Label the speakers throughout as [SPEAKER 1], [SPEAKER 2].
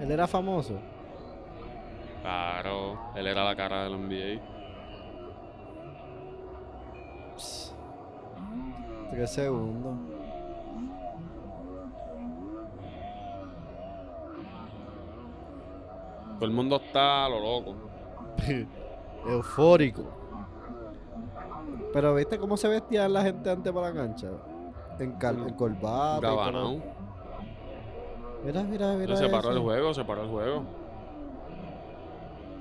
[SPEAKER 1] Él era famoso.
[SPEAKER 2] Claro, él era la cara del NBA.
[SPEAKER 1] Pss. Tres segundos.
[SPEAKER 2] Todo el mundo está a lo loco.
[SPEAKER 1] Eufórico. Pero viste cómo se vestía la gente antes para la cancha. En, cal- en corbata. y todo.
[SPEAKER 2] Gabanao.
[SPEAKER 1] Mira, mira, Ah, mira.
[SPEAKER 2] Pero se paró
[SPEAKER 1] eso.
[SPEAKER 2] el juego, se paró el juego.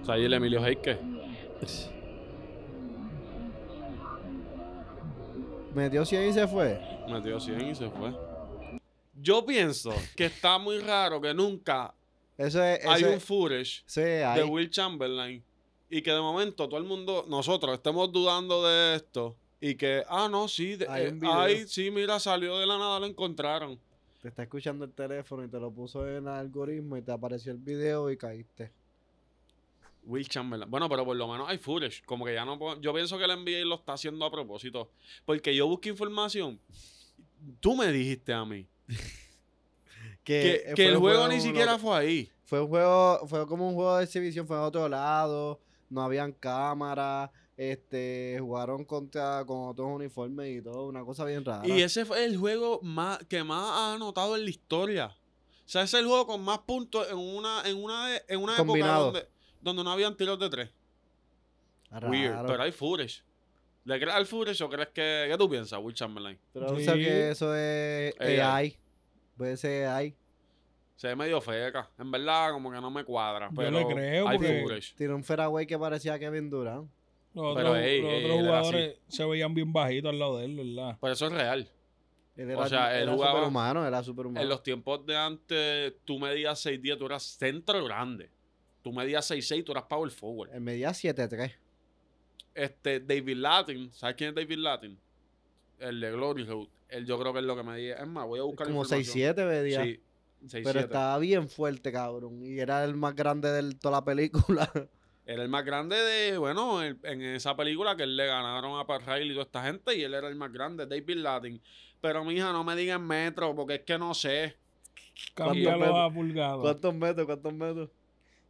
[SPEAKER 2] O sea, ahí el Emilio Heike.
[SPEAKER 1] Metió 100 y se fue.
[SPEAKER 2] Metió 100 y se fue. Yo pienso que está muy raro que nunca
[SPEAKER 1] Eso es.
[SPEAKER 2] hay
[SPEAKER 1] eso
[SPEAKER 2] un
[SPEAKER 1] es-
[SPEAKER 2] footage
[SPEAKER 1] sí, hay-
[SPEAKER 2] de Will Chamberlain y que de momento todo el mundo, nosotros estemos dudando de esto y que, ah, no, sí, de-
[SPEAKER 1] Hay
[SPEAKER 2] eh,
[SPEAKER 1] un video.
[SPEAKER 2] ay, sí, mira, salió de la nada, lo encontraron.
[SPEAKER 1] Te está escuchando el teléfono y te lo puso en el algoritmo y te apareció el video y caíste.
[SPEAKER 2] Will Chamberlain. Bueno, pero por lo menos hay footage. Como que ya no puedo- Yo pienso que el NBA lo está haciendo a propósito. Porque yo busqué información. Tú me dijiste a mí que,
[SPEAKER 1] eh,
[SPEAKER 2] que
[SPEAKER 1] fue
[SPEAKER 2] el
[SPEAKER 1] un
[SPEAKER 2] juego ni
[SPEAKER 1] en un
[SPEAKER 2] siquiera
[SPEAKER 1] local.
[SPEAKER 2] fue ahí.
[SPEAKER 1] Fue un juego, fue como un juego de exhibición, fue en otro lado, no habían cámaras, este, jugaron contra con otros uniformes y todo, una cosa bien rara.
[SPEAKER 2] Y ese fue el juego más, que más ha anotado en la historia. O sea, es el juego con más puntos en una, en una, de- en una época
[SPEAKER 1] Combinado.
[SPEAKER 2] donde, donde no habían tiros de tres.
[SPEAKER 1] Raro.
[SPEAKER 2] Weird. Pero hay footage. ¿Le crees al footage o crees que. ¿Qué tú piensas, Will Chamberlain?
[SPEAKER 1] Pero tú sabes que eso es
[SPEAKER 2] AI.
[SPEAKER 1] AI. Puede ser AI.
[SPEAKER 2] Se ve medio feca. En verdad, como que no me cuadra.
[SPEAKER 3] Yo
[SPEAKER 2] Pero
[SPEAKER 3] le creo,
[SPEAKER 2] hay
[SPEAKER 3] porque-
[SPEAKER 2] footage.
[SPEAKER 1] Tiene un fairway que parecía Kevin Durant.
[SPEAKER 3] Los otros,
[SPEAKER 2] Pero, ey,
[SPEAKER 3] los
[SPEAKER 2] ey,
[SPEAKER 3] otros
[SPEAKER 2] él era así.
[SPEAKER 3] jugadores se veían bien bajitos al lado de él, ¿verdad?
[SPEAKER 2] Pero eso es real.
[SPEAKER 1] Él
[SPEAKER 2] O
[SPEAKER 1] era,
[SPEAKER 2] sea, él
[SPEAKER 1] era
[SPEAKER 2] jugaba-
[SPEAKER 1] superhumano, era superhumano.
[SPEAKER 2] En los tiempos de antes, tú medías 6'10, tú eras centro grande. Tú medías 6'6, tú eras power forward.
[SPEAKER 1] Él medía 7'3.
[SPEAKER 2] Este, David Latin, ¿sabes quién es David Latin? El de Glory Road. Él yo creo que es lo que medía. Es más, voy a
[SPEAKER 1] Es
[SPEAKER 2] buscar
[SPEAKER 1] Como
[SPEAKER 2] información.
[SPEAKER 1] 6'7 medía.
[SPEAKER 2] Sí, 6'7.
[SPEAKER 1] pero estaba bien fuerte, cabrón. Y era el más grande de toda la película.
[SPEAKER 2] Era el más grande de, bueno, el- en esa película que él le ganaron a Pat Riley y toda esta gente y él era el más grande, David Latin. Pero, mija, no me digan metro porque es que no sé.
[SPEAKER 3] Cambialos
[SPEAKER 1] ¿Cuánto
[SPEAKER 3] a pulgadas.
[SPEAKER 1] ¿Cuántos metros? ¿Cuántos metros?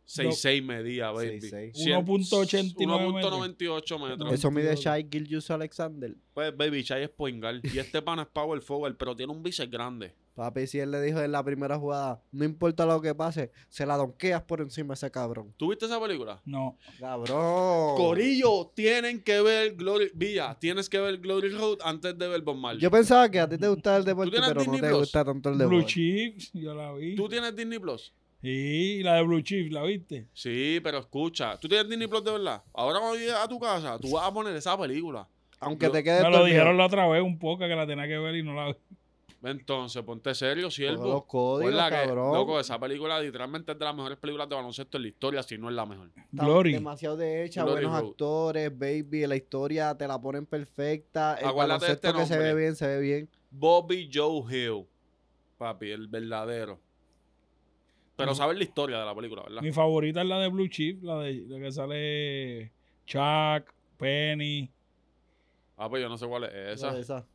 [SPEAKER 2] 6'6 medía, baby.
[SPEAKER 1] 6'6.
[SPEAKER 2] 100
[SPEAKER 3] 1.89
[SPEAKER 2] 1.98 metros.
[SPEAKER 1] Eso mide
[SPEAKER 3] 22.
[SPEAKER 1] Shai Gilgius Alexander.
[SPEAKER 2] Pues, baby, Chai es Poingal. Y este pan es Power Forward, pero tiene un bíceps grande.
[SPEAKER 1] Papi, si él le dijo en la primera jugada, no importa lo que pase, se la donqueas por encima a ese cabrón.
[SPEAKER 2] ¿Tú viste esa película?
[SPEAKER 3] No.
[SPEAKER 1] Cabrón.
[SPEAKER 2] Corillo, tienen que ver Glory... Villa, tienes que ver Glory Road antes de ver Bob Marley.
[SPEAKER 1] Yo pensaba que a ti te gustaba el deporte,
[SPEAKER 2] tienes
[SPEAKER 1] pero no
[SPEAKER 2] Disney
[SPEAKER 1] te
[SPEAKER 2] Plus?
[SPEAKER 1] gusta tanto el
[SPEAKER 3] Blue
[SPEAKER 1] deporte.
[SPEAKER 3] Chips, yo la vi.
[SPEAKER 2] ¿Tú tienes Disney Plus?
[SPEAKER 3] Sí, la de Blue Chips, ¿la viste?
[SPEAKER 1] Eh,
[SPEAKER 2] Sí, pero escucha. ¿Tú tienes Disney Plus de verdad? Ahora cuando llegues a tu casa, tú vas a poner esa película.
[SPEAKER 1] Aunque
[SPEAKER 2] Yo-
[SPEAKER 1] te quede
[SPEAKER 3] Me lo
[SPEAKER 1] dormido.
[SPEAKER 3] dijeron la otra vez un poco que la tenía que ver y no la vi.
[SPEAKER 2] Entonces, ponte serio,
[SPEAKER 1] Todos los
[SPEAKER 2] siervo.
[SPEAKER 1] códigos,
[SPEAKER 2] Pues la que,
[SPEAKER 1] cabrón.
[SPEAKER 2] loco, esa película literalmente es de las mejores películas de baloncesto en la historia, si no es la mejor.
[SPEAKER 1] Está
[SPEAKER 3] Glory.
[SPEAKER 1] Demasiado de hecha,
[SPEAKER 2] Glory
[SPEAKER 1] buenos
[SPEAKER 2] Road.
[SPEAKER 1] actores, baby, la historia te la ponen perfecta. El
[SPEAKER 2] Acuérdate de este
[SPEAKER 1] baloncesto que se ve
[SPEAKER 2] nombre.
[SPEAKER 1] bien, se ve bien.
[SPEAKER 2] Bobby Joe Hill. Papi, el verdadero. Pero
[SPEAKER 3] Ujú.
[SPEAKER 2] sabes la historia de la película, ¿verdad?
[SPEAKER 3] Mi favorita es la de Blue Chips, la de la que sale Chuck, Penny.
[SPEAKER 2] Ah, pues yo no sé cuál es esa.
[SPEAKER 1] Pero esa.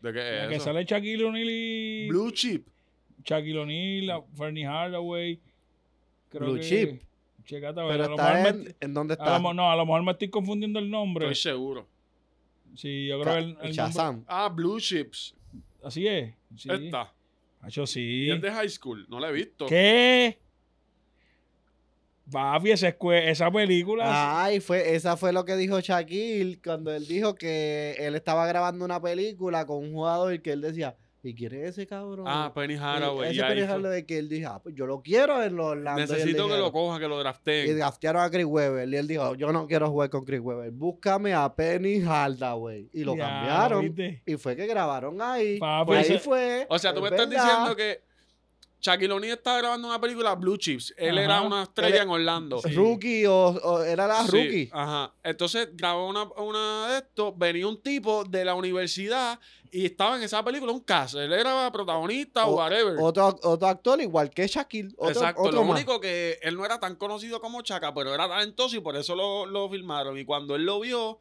[SPEAKER 2] ¿De qué
[SPEAKER 3] La
[SPEAKER 2] es
[SPEAKER 3] que
[SPEAKER 2] esa?
[SPEAKER 3] sale Shaquille O'Neal y.
[SPEAKER 2] Blue Chip.
[SPEAKER 3] Shaquille O'Neal, la- Fernie Hardaway. Creo
[SPEAKER 1] Blue
[SPEAKER 3] que-
[SPEAKER 1] Chip.
[SPEAKER 3] Checate a ver,
[SPEAKER 1] Pero
[SPEAKER 3] a lo mejor
[SPEAKER 1] está
[SPEAKER 3] me-
[SPEAKER 1] en, ¿en dónde
[SPEAKER 3] a lo
[SPEAKER 1] está?
[SPEAKER 3] mo- no, a lo mejor me estoy confundiendo el nombre.
[SPEAKER 2] Estoy seguro.
[SPEAKER 3] Sí, yo creo que el, el
[SPEAKER 1] Ca-
[SPEAKER 3] nombre-
[SPEAKER 1] Shazam.
[SPEAKER 2] Ah, Blue Chips.
[SPEAKER 3] Así es. Sí.
[SPEAKER 2] Esta.
[SPEAKER 3] Hacho,
[SPEAKER 2] Y
[SPEAKER 3] sí.
[SPEAKER 2] es de high school. No la he visto.
[SPEAKER 3] ¿Qué? Papi, esa, escue- esa película.
[SPEAKER 1] Ay, fue, esa fue lo que dijo Shaquille cuando él dijo que él estaba grabando una película con un jugador y que él decía, ¿y quién es ese cabrón?
[SPEAKER 2] Ah, Penny Haraway.
[SPEAKER 1] Ese
[SPEAKER 2] y ahí
[SPEAKER 1] Penny
[SPEAKER 2] fue.
[SPEAKER 1] Hardaway que él dijo, "Ah, pues yo lo quiero en los Orlando. Y él
[SPEAKER 2] Necesito que
[SPEAKER 1] dijeron-
[SPEAKER 2] lo coja, que lo
[SPEAKER 1] Y
[SPEAKER 2] drafteen.
[SPEAKER 1] draftearon a Chris Webber. Y él dijo, yo no quiero jugar con Chris Webber. Búscame a Penny Hardaway. Y lo
[SPEAKER 3] Ya,
[SPEAKER 1] cambiaron.
[SPEAKER 3] ¿viste?
[SPEAKER 1] Y fue que grabaron ahí.
[SPEAKER 3] Papi,
[SPEAKER 1] ahí
[SPEAKER 3] ese-
[SPEAKER 1] fue.
[SPEAKER 2] pues, O sea, tú me
[SPEAKER 1] es
[SPEAKER 2] estás
[SPEAKER 1] verdad.
[SPEAKER 2] diciendo que Shaquille O'Neal estaba grabando una película Blue Chips. Él
[SPEAKER 3] Ajá.
[SPEAKER 2] era una estrella
[SPEAKER 1] Él-
[SPEAKER 2] en Orlando.
[SPEAKER 3] Sí. Ah,
[SPEAKER 1] Rookie o, o era la
[SPEAKER 2] Sí, Ah.
[SPEAKER 1] rookie.
[SPEAKER 2] Ajá. Entonces grabó una, una de estos, venía un tipo de la universidad y estaba en esa película un caso. Él era protagonista o
[SPEAKER 1] O-
[SPEAKER 2] whatever.
[SPEAKER 1] Otro, otro actor igual que Shaquille. Otro,
[SPEAKER 2] Exacto.
[SPEAKER 1] otro
[SPEAKER 2] lo
[SPEAKER 1] más.
[SPEAKER 2] único que él no era tan conocido como Chaca, pero era talentoso y por eso lo, lo filmaron. Y cuando él lo vio,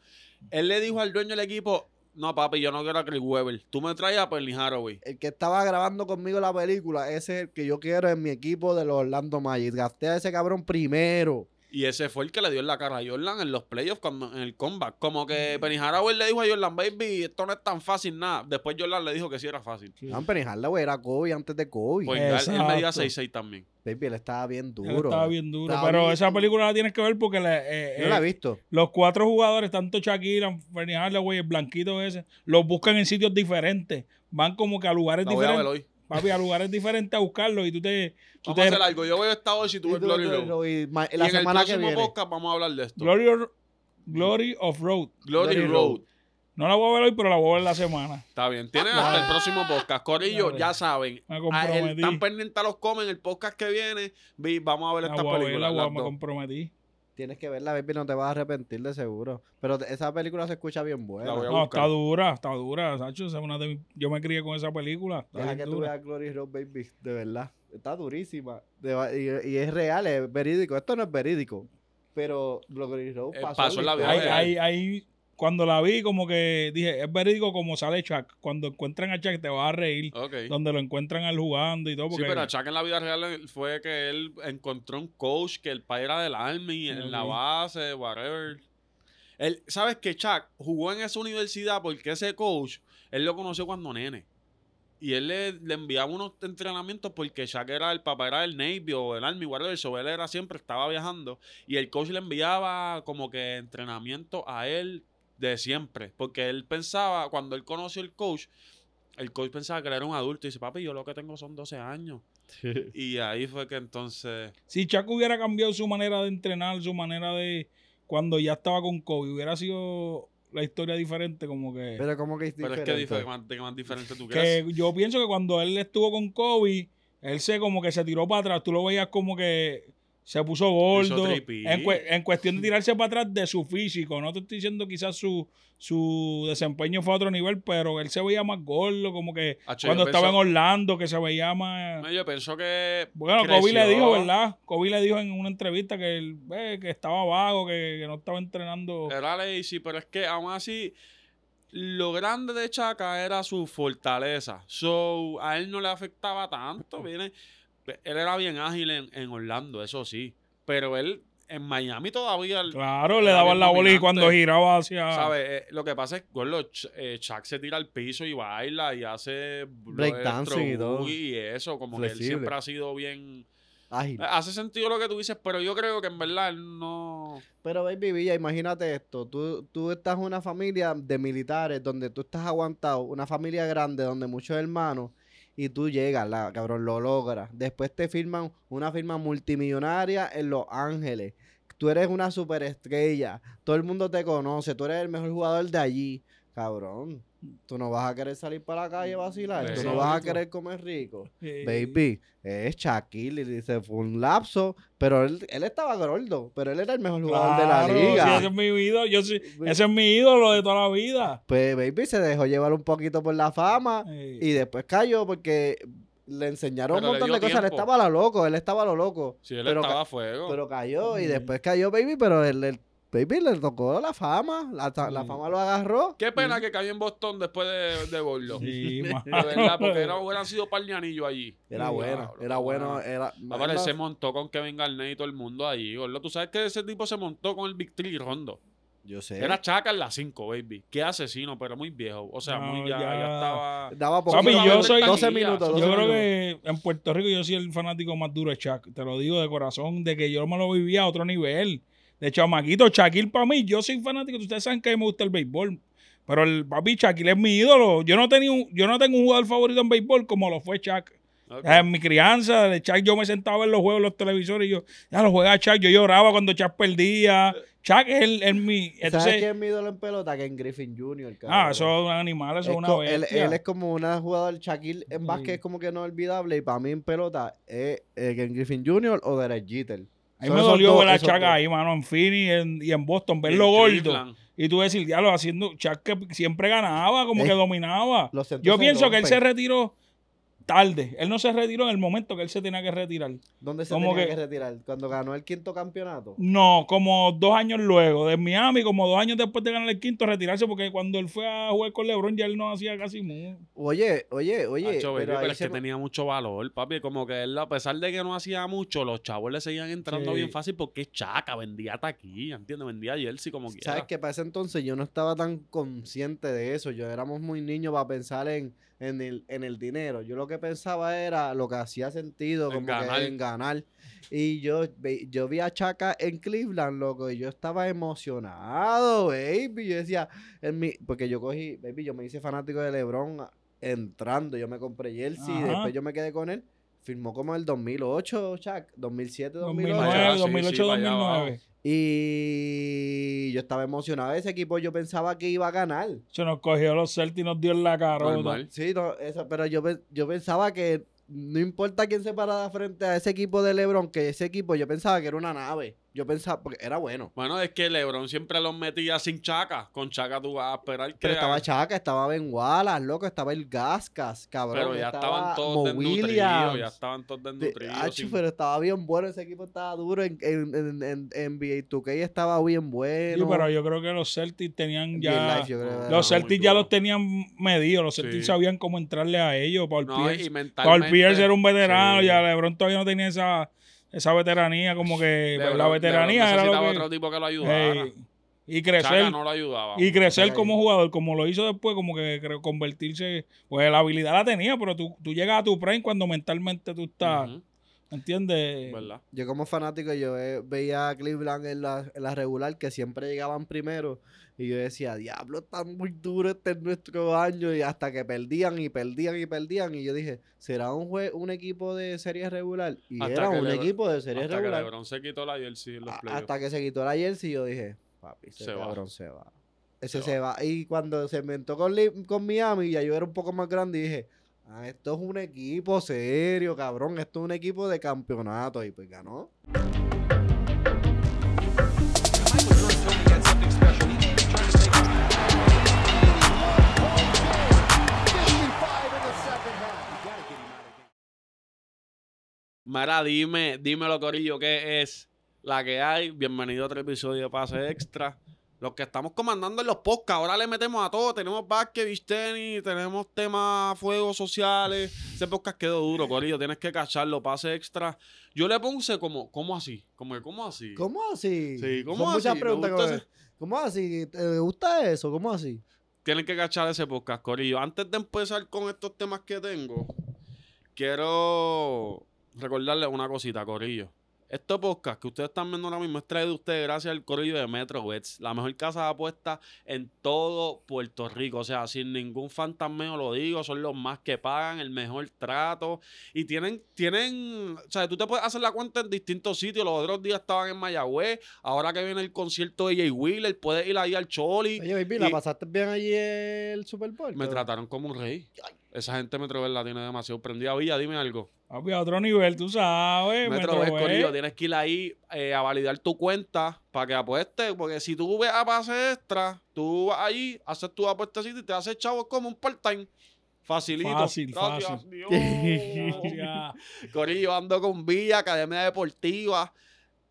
[SPEAKER 2] él le dijo al dueño del equipo, No, papi, yo no quiero a Chris Webber. Tú me traes a Penny Haraway.
[SPEAKER 1] El que estaba grabando conmigo la película, ese es el que yo quiero en mi equipo de los Orlando Magic. Gasté a ese cabrón primero.
[SPEAKER 2] Y ese fue el que le dio en la cara a Jordan en los playoffs cuando- en el comeback. Como que Penny Haraway le dijo a Jordan, baby, esto no es tan fácil nada. Después Jordan le dijo que sí era fácil.
[SPEAKER 3] Sí.
[SPEAKER 1] No, Penny Hardaway era Kobe antes de Kobe.
[SPEAKER 2] Pues él- él, medía
[SPEAKER 3] Exacto.
[SPEAKER 2] 6'6 también.
[SPEAKER 1] Baby, él estaba bien
[SPEAKER 3] Él
[SPEAKER 1] duro.
[SPEAKER 3] Estaba bien duro.
[SPEAKER 1] Estaba
[SPEAKER 3] pero
[SPEAKER 1] bien-
[SPEAKER 3] esa película la tienes que ver porque la- eh,
[SPEAKER 1] Yo la
[SPEAKER 3] eh,
[SPEAKER 1] he visto.
[SPEAKER 3] los cuatro jugadores, tanto Shakira, Fernie Hardaway, el blanquito ese, los buscan en sitios diferentes. Van como que a lugares
[SPEAKER 2] La voy a ver
[SPEAKER 3] diferentes.
[SPEAKER 2] hoy.
[SPEAKER 3] Papi, a lugares diferentes a buscarlo y tú te. Tú
[SPEAKER 2] Vamos a
[SPEAKER 3] te-
[SPEAKER 2] hacer algo. Yo voy a esta hoy si tú
[SPEAKER 1] Y
[SPEAKER 2] ves
[SPEAKER 1] tú-
[SPEAKER 2] Glory
[SPEAKER 1] tú-
[SPEAKER 2] Road.
[SPEAKER 1] y ma- y
[SPEAKER 2] Y
[SPEAKER 1] la
[SPEAKER 2] en el
[SPEAKER 1] semana que
[SPEAKER 2] próximo
[SPEAKER 1] viene.
[SPEAKER 2] podcast vamos a hablar de esto. Glory,
[SPEAKER 3] Glory, or- Glory of Road.
[SPEAKER 1] Glory
[SPEAKER 2] Road.
[SPEAKER 1] Road.
[SPEAKER 3] No la voy a ver hoy, pero la voy a ver la semana.
[SPEAKER 2] Está bien. Tienen
[SPEAKER 3] Ah,
[SPEAKER 2] hasta el próximo podcast. Corillo,
[SPEAKER 3] Dale.
[SPEAKER 2] ya saben.
[SPEAKER 1] Ah,
[SPEAKER 3] Me
[SPEAKER 2] a- el-
[SPEAKER 3] comprometí.
[SPEAKER 2] Están pendientes a los comen. El podcast que viene. vi- Vamos a ver
[SPEAKER 3] La
[SPEAKER 2] esta
[SPEAKER 3] voy a ver,
[SPEAKER 2] película.
[SPEAKER 3] la voy a-
[SPEAKER 2] las
[SPEAKER 3] me
[SPEAKER 2] dos.
[SPEAKER 3] comprometí.
[SPEAKER 1] Tienes que verla, baby, no te vas a arrepentir de seguro. Pero te- esa película se escucha bien buena.
[SPEAKER 2] La voy a
[SPEAKER 3] No,
[SPEAKER 2] buscar.
[SPEAKER 3] está dura, está dura, Sacho. esa es una de mis- Yo me crié con esa película. está
[SPEAKER 1] Deja
[SPEAKER 3] bien
[SPEAKER 1] que tú
[SPEAKER 3] dura.
[SPEAKER 1] veas Glory Road, baby, de verdad. Está durísima. De va- y, y es real, es verídico. Esto no es verídico. Pero Glory Road
[SPEAKER 2] Eh,
[SPEAKER 1] pasó,
[SPEAKER 2] pasó en la vida
[SPEAKER 3] Ahí,
[SPEAKER 1] historia.
[SPEAKER 2] real.
[SPEAKER 3] ahí, ahí, cuando la vi, como que dije, es verídico como sale Chuck. Cuando encuentran a Chuck, te vas a reír.
[SPEAKER 2] Ok.
[SPEAKER 3] Donde lo encuentran al jugando y todo.
[SPEAKER 2] Sí,
[SPEAKER 3] Porque
[SPEAKER 2] pero a Chuck en la vida real él- fue que él encontró un coach que el padre era del Army en la
[SPEAKER 3] Ok.
[SPEAKER 2] base, whatever. Él, ¿Sabes que Chuck jugó en esa universidad porque ese coach, él lo conoció cuando nene. Y él le, le enviaba unos entrenamientos porque Chuck era el papá, era del Navy o del Army, whatever. So él era siempre, estaba viajando. Y el coach le enviaba como que entrenamiento a él de siempre. Porque él pensaba, cuando él conoció el coach, el coach pensaba que él era un adulto. Y dice, papi, yo lo que tengo son 12 años. Y ahí fue que entonces.
[SPEAKER 3] si Chuck hubiera cambiado su manera de entrenar, su manera de. Cuando ya estaba con Kobe, hubiera sido la historia diferente, como que.
[SPEAKER 1] Pero como que es
[SPEAKER 2] Pero es
[SPEAKER 1] diferente.
[SPEAKER 2] que dife- más, de- más diferente tú crees.
[SPEAKER 3] que yo pienso que cuando él estuvo con Kobe, él se como que se tiró para atrás. Tú lo veías como que se puso gordo.
[SPEAKER 2] tripi.
[SPEAKER 3] En, cue- en cuestión de tirarse para atrás de su físico. No te estoy diciendo quizás su, su desempeño fue a otro nivel, pero él se veía más gordo, como que
[SPEAKER 2] Acho, yo
[SPEAKER 3] cuando estaba en
[SPEAKER 2] pienso-
[SPEAKER 3] Orlando, que se veía más.
[SPEAKER 2] no, Yo pienso que.
[SPEAKER 3] Bueno, Kobe le
[SPEAKER 2] creció.
[SPEAKER 3] dijo, ¿verdad? Kobe le dijo en una entrevista que él, eh, que estaba vago, que, que no estaba entrenando.
[SPEAKER 2] Era lazy, pero es que aún así. Lo grande de Chaca era su fortaleza. So, a él no le afectaba tanto. viene- Él era bien ágil en, en Orlando, eso sí. Pero él en Miami todavía.
[SPEAKER 3] Claro, le
[SPEAKER 2] era
[SPEAKER 3] daban
[SPEAKER 2] bien
[SPEAKER 3] la bola y
[SPEAKER 2] dominante.
[SPEAKER 3] cuando giraba hacia.
[SPEAKER 2] ¿Sabes? Eh, lo que pasa es que gordo, Ch- eh, Chuck se tira al piso y baila y hace
[SPEAKER 1] Breakdancing y
[SPEAKER 2] electro
[SPEAKER 1] todo.
[SPEAKER 2] boogie Y eso, como que él
[SPEAKER 1] Flexible.
[SPEAKER 2] siempre ha sido bien. eh,
[SPEAKER 1] Ágil.
[SPEAKER 2] Hace sentido lo que tú dices, pero yo creo que en verdad él no.
[SPEAKER 1] Pero, baby Villa, imagínate esto. Tú, tú estás en una familia de militares donde tú estás aguantado, una familia grande donde muchos hermanos, y tú llegas, la, cabrón, lo logras. Después te firman una firma multimillonaria en Los Ángeles. Tú eres una superestrella. Todo el mundo te conoce. Tú eres el mejor jugador de allí. Cabrón, tú no vas a querer salir para la calle a vacilar. Tú no vas a
[SPEAKER 3] Exacto.
[SPEAKER 1] querer comer rico.
[SPEAKER 3] Eh,
[SPEAKER 1] Baby, es Shaquille, y dice, fue un lapso, pero él, él estaba gordo, pero él era el mejor jugador
[SPEAKER 3] claro,
[SPEAKER 1] de la
[SPEAKER 3] sí,
[SPEAKER 1] liga.
[SPEAKER 3] ese es mi ídolo. Yo soy-
[SPEAKER 1] Ve-
[SPEAKER 3] ese es mi ídolo de toda la vida.
[SPEAKER 1] Pues Baby se dejó llevar un poquito por la fama
[SPEAKER 3] Eh,
[SPEAKER 1] y después cayó porque le enseñaron
[SPEAKER 2] Pero
[SPEAKER 1] un
[SPEAKER 2] le
[SPEAKER 1] montón
[SPEAKER 2] dio
[SPEAKER 1] de cosas, él
[SPEAKER 2] tiempo.
[SPEAKER 1] estaba a lo loco, él estaba a lo loco,
[SPEAKER 2] Si él
[SPEAKER 1] Pero
[SPEAKER 2] estaba
[SPEAKER 1] ca-
[SPEAKER 2] a fuego.
[SPEAKER 1] pero cayó y
[SPEAKER 3] Mm.
[SPEAKER 1] después cayó Baby, pero él, él- Baby le tocó la fama, la, ta- la
[SPEAKER 3] Mm.
[SPEAKER 1] fama lo agarró.
[SPEAKER 2] Qué pena que cayó en Boston después de, de Borlo.
[SPEAKER 3] sí,
[SPEAKER 2] De
[SPEAKER 3] mano.
[SPEAKER 2] verdad, porque era, hubieran sido par de anillos allí.
[SPEAKER 1] Era
[SPEAKER 3] Sí,
[SPEAKER 1] bueno,
[SPEAKER 2] Cabrón,
[SPEAKER 1] era bueno, era...
[SPEAKER 2] Ah, pero él se montó con Kevin Garnett y todo el mundo allí, gordo. Tú sabes que ese tipo se montó con el Big Three y Rondo.
[SPEAKER 1] Yo sé.
[SPEAKER 2] Era Chaca en la 5, baby. Qué asesino, pero muy viejo. O sea,
[SPEAKER 3] No,
[SPEAKER 2] muy ya,
[SPEAKER 3] ya.
[SPEAKER 2] ya estaba.
[SPEAKER 1] Daba
[SPEAKER 3] Papi,
[SPEAKER 1] poquito,
[SPEAKER 3] yo soy-
[SPEAKER 1] 12 minutos,
[SPEAKER 3] Yo
[SPEAKER 1] 12
[SPEAKER 3] creo
[SPEAKER 1] minutos.
[SPEAKER 3] que en Puerto Rico yo soy el fanático más duro de Chuck. Te lo digo de corazón, de que yo me lo vivía a otro nivel. De chamaquito, Shaquille para mí, yo soy fanático. Ustedes saben que me gusta el béisbol. Pero el papi Shaquille es mi ídolo. Yo no, tenía un- yo no tengo un jugador favorito en béisbol como lo fue Chuck.
[SPEAKER 2] Ok.
[SPEAKER 3] En mi crianza, de Chuck, yo me sentaba en los juegos, en los televisores, y yo, ya lo juega Chuck, yo lloraba cuando Chuck perdía. Chuck es el, el mi.
[SPEAKER 1] ¿Sabes
[SPEAKER 3] entonces-
[SPEAKER 1] quién es mi ídolo en pelota? Ken Griffin Jr.
[SPEAKER 3] ah,
[SPEAKER 1] cabrón.
[SPEAKER 3] eso es un animal, eso es
[SPEAKER 1] Es
[SPEAKER 3] una
[SPEAKER 1] co- él,
[SPEAKER 3] bestia.
[SPEAKER 1] él es como una jugador, Shaquille en
[SPEAKER 3] Sí.
[SPEAKER 1] básquet es como que no olvidable y para mí en pelota es eh, Ken Griffin Jr. o Derek Jeter.
[SPEAKER 3] A mí
[SPEAKER 1] Son
[SPEAKER 3] me
[SPEAKER 1] esos
[SPEAKER 3] dolió
[SPEAKER 1] dos,
[SPEAKER 3] ver a
[SPEAKER 1] esos
[SPEAKER 3] Chuck
[SPEAKER 1] dos.
[SPEAKER 3] ahí, mano, en Phoenix y en, y en Boston,
[SPEAKER 2] Y en
[SPEAKER 3] verlo gordo.
[SPEAKER 2] Cleveland.
[SPEAKER 3] Y tú decir, ya lo haciendo, Chuck que siempre ganaba, como
[SPEAKER 1] Eh,
[SPEAKER 3] que dominaba.
[SPEAKER 1] Los centros
[SPEAKER 3] Yo
[SPEAKER 1] se
[SPEAKER 3] pienso que él se
[SPEAKER 1] rompen.
[SPEAKER 3] retiró tarde. Él no se retiró en el momento que él se tenía que retirar.
[SPEAKER 1] ¿Dónde se
[SPEAKER 3] Como
[SPEAKER 1] tenía que...
[SPEAKER 3] que-
[SPEAKER 1] retirar? ¿Cuando ganó el quinto campeonato?
[SPEAKER 3] No, como dos años luego. De Miami, como dos años después de ganar el quinto, retirarse porque cuando él fue a jugar con LeBron ya él no hacía casi mucho.
[SPEAKER 1] Oye, oye, oye.
[SPEAKER 2] Hacho, baby,
[SPEAKER 1] pero
[SPEAKER 2] pero
[SPEAKER 1] ahí
[SPEAKER 2] es
[SPEAKER 1] se
[SPEAKER 2] que
[SPEAKER 1] co-
[SPEAKER 2] tenía mucho valor, papi. Como que él, a pesar de que no hacía mucho, los chavos le seguían entrando
[SPEAKER 3] Sí.
[SPEAKER 2] bien fácil porque es chaca, vendía taquilla, ¿entiendes? Vendía jersey como ah. quiera.
[SPEAKER 1] ¿Sabes que Para ese entonces yo no estaba tan consciente de eso. Yo éramos muy niños para pensar en, en, el, en el dinero. Yo lo que pensaba era lo que hacía sentido,
[SPEAKER 2] En
[SPEAKER 1] como
[SPEAKER 2] ganar.
[SPEAKER 1] que en ganar. Y yo, ve- yo vi a Chaka en Cleveland, loco, y yo estaba emocionado, baby. Yo decía, en mi, porque yo cogí, baby, yo me hice fanático de LeBron a- entrando. Yo me compré jersey, y
[SPEAKER 3] Ajá.
[SPEAKER 1] después yo me quedé con él. Firmó como el 2008, Chak, 2007, 2008.
[SPEAKER 3] 2009,
[SPEAKER 2] Ah, sí, sí,
[SPEAKER 3] 2008,
[SPEAKER 2] para allá
[SPEAKER 3] 2009.
[SPEAKER 1] Y yo estaba emocionado de ese equipo. Yo pensaba que iba a ganar.
[SPEAKER 3] Se nos cogió los Celtics y nos dio en la carota.
[SPEAKER 2] Normal.
[SPEAKER 1] Sí, no, eso, pero yo, pe- yo pensaba que no importa quién se parara frente a ese equipo de LeBron, que ese equipo yo pensaba que era una nave. Yo pensaba, porque era bueno.
[SPEAKER 2] Bueno, es que LeBron siempre los metía sin chaca. Con chaca tú vas a esperar que.
[SPEAKER 1] Pero estaba
[SPEAKER 2] haga-
[SPEAKER 1] Chaka, estaba Ben Wallace, loco, estaba el Gascas, cabrón.
[SPEAKER 2] pero ya
[SPEAKER 1] estaba
[SPEAKER 2] estaban
[SPEAKER 1] Mo
[SPEAKER 2] todos desnutridos.
[SPEAKER 1] Williams.
[SPEAKER 2] Ya estaban todos
[SPEAKER 1] De-
[SPEAKER 2] desnutridos.
[SPEAKER 1] Acho,
[SPEAKER 2] sin-
[SPEAKER 1] pero estaba bien bueno, ese equipo estaba duro. En, en, en, en- en NBA 2K estaba bien
[SPEAKER 3] Sí,
[SPEAKER 1] bueno.
[SPEAKER 3] pero yo creo que los Celtics tenían
[SPEAKER 1] NBA
[SPEAKER 3] ya.
[SPEAKER 1] Live, yo creo que era-
[SPEAKER 3] Los
[SPEAKER 2] Ah, muy
[SPEAKER 3] Celtics ya
[SPEAKER 2] duro.
[SPEAKER 3] los tenían medidos. Los Celtics
[SPEAKER 2] Sí.
[SPEAKER 3] sabían cómo entrarle a ellos. Paul
[SPEAKER 2] No,
[SPEAKER 3] Pierce.
[SPEAKER 2] y mentalmente.
[SPEAKER 3] Paul Pierce era un veterano
[SPEAKER 2] sí.
[SPEAKER 3] y a LeBron todavía no tenía esa, esa veteranía. Como que pues,
[SPEAKER 2] LeBron-
[SPEAKER 3] la veteranía
[SPEAKER 2] LeBron
[SPEAKER 3] era lo
[SPEAKER 2] necesitaba
[SPEAKER 3] que.
[SPEAKER 2] otro tipo que lo ayudara.
[SPEAKER 3] Ey, y
[SPEAKER 2] Chaca
[SPEAKER 3] crecer.
[SPEAKER 2] no lo ayudaba.
[SPEAKER 3] Y crecer
[SPEAKER 1] Chaca
[SPEAKER 3] como
[SPEAKER 1] ahí.
[SPEAKER 3] jugador, como lo hizo después, como que creo, convertirse, pues la habilidad la tenía, pero tú, tú llegas a tu prime cuando mentalmente tú estás,
[SPEAKER 2] Ujú,
[SPEAKER 3] ¿entiendes?
[SPEAKER 2] ¿Verdad?
[SPEAKER 1] Yo como fanático, yo eh, veía a Cleveland en la, en la regular, que siempre llegaban primero, y yo decía, diablo, está muy duro este es nuestro año, y hasta que perdían y perdían y perdían, y yo dije, ¿será un, jue- un equipo de serie regular? Y
[SPEAKER 2] Hasta
[SPEAKER 1] era
[SPEAKER 2] que
[SPEAKER 1] un
[SPEAKER 2] Lebron-
[SPEAKER 1] equipo de serie
[SPEAKER 2] Hasta que
[SPEAKER 1] regular.
[SPEAKER 2] LeBron se quitó la jersey en los
[SPEAKER 1] A-
[SPEAKER 2] playoffs.
[SPEAKER 1] hasta que se quitó la jersey, yo dije, papi, ese
[SPEAKER 2] Se va.
[SPEAKER 1] cabrón se va.
[SPEAKER 2] Se
[SPEAKER 1] Ese se va. Y cuando se inventó con, Li- con Miami, ya yo era un poco más grande, y dije, ah, esto es un equipo serio, cabrón, esto es un equipo de campeonato, y pues ganó.
[SPEAKER 2] Mara, dime, dímelo, Corillo, ¿qué es la que hay? Bienvenido a otro episodio de Pase Extra. Los que estamos comandando en los podcasts, ahora le metemos a todo. Tenemos básquet, beach tenis, tenemos temas fuegos sociales. Ese podcast quedó duro, Corillo, tienes que cacharlo, Pase Extra. Yo le puse como, ¿cómo así? Como que, ¿cómo así?
[SPEAKER 1] ¿Cómo así?
[SPEAKER 2] Sí, ¿cómo
[SPEAKER 1] Son
[SPEAKER 2] así?
[SPEAKER 1] muchas
[SPEAKER 2] Me
[SPEAKER 1] preguntas.
[SPEAKER 2] gusta
[SPEAKER 1] como-
[SPEAKER 2] ese-
[SPEAKER 1] ¿Cómo así? ¿Te gusta eso? ¿Cómo así?
[SPEAKER 2] Tienen que cachar ese podcast, Corillo. Antes de empezar con estos temas que tengo, quiero recordarles una cosita, Corillo. Este podcast que ustedes están viendo ahora mismo es traído a ustedes gracias al Corillo de MetroBets, la mejor casa de apuestas en todo Puerto Rico. O sea, sin ningún fantasmeo lo digo, son los más que pagan, el mejor trato. Y tienen, tienen, o sea, tú te puedes hacer la cuenta en distintos sitios. Los otros días estaban en Mayagüez, ahora que viene el concierto de Jay Wheeler, puedes ir ahí al Choli.
[SPEAKER 1] Oye, baby, ¿la
[SPEAKER 2] Y-
[SPEAKER 1] pasaste bien allí el Super Bowl?
[SPEAKER 2] Me
[SPEAKER 1] cabrón?
[SPEAKER 2] trataron como un rey. Esa gente Metrobel la tiene demasiado prendida. Villa, dime algo.
[SPEAKER 3] Papi, a otro nivel, tú sabes. pues,
[SPEAKER 2] Metrobel,
[SPEAKER 3] Metro
[SPEAKER 2] Corillo,
[SPEAKER 3] West.
[SPEAKER 2] tienes que ir ahí eh, a validar tu cuenta para que apuestes. Porque si tú ves a pase extra, tú vas allí, haces tu apuestecita y te haces chavo como un part-time. Facilito.
[SPEAKER 3] Fácil,
[SPEAKER 2] Gracias,
[SPEAKER 3] fácil.
[SPEAKER 2] Dios.
[SPEAKER 3] Ya.
[SPEAKER 2] Corillo, ando con Villa, Academia Deportiva,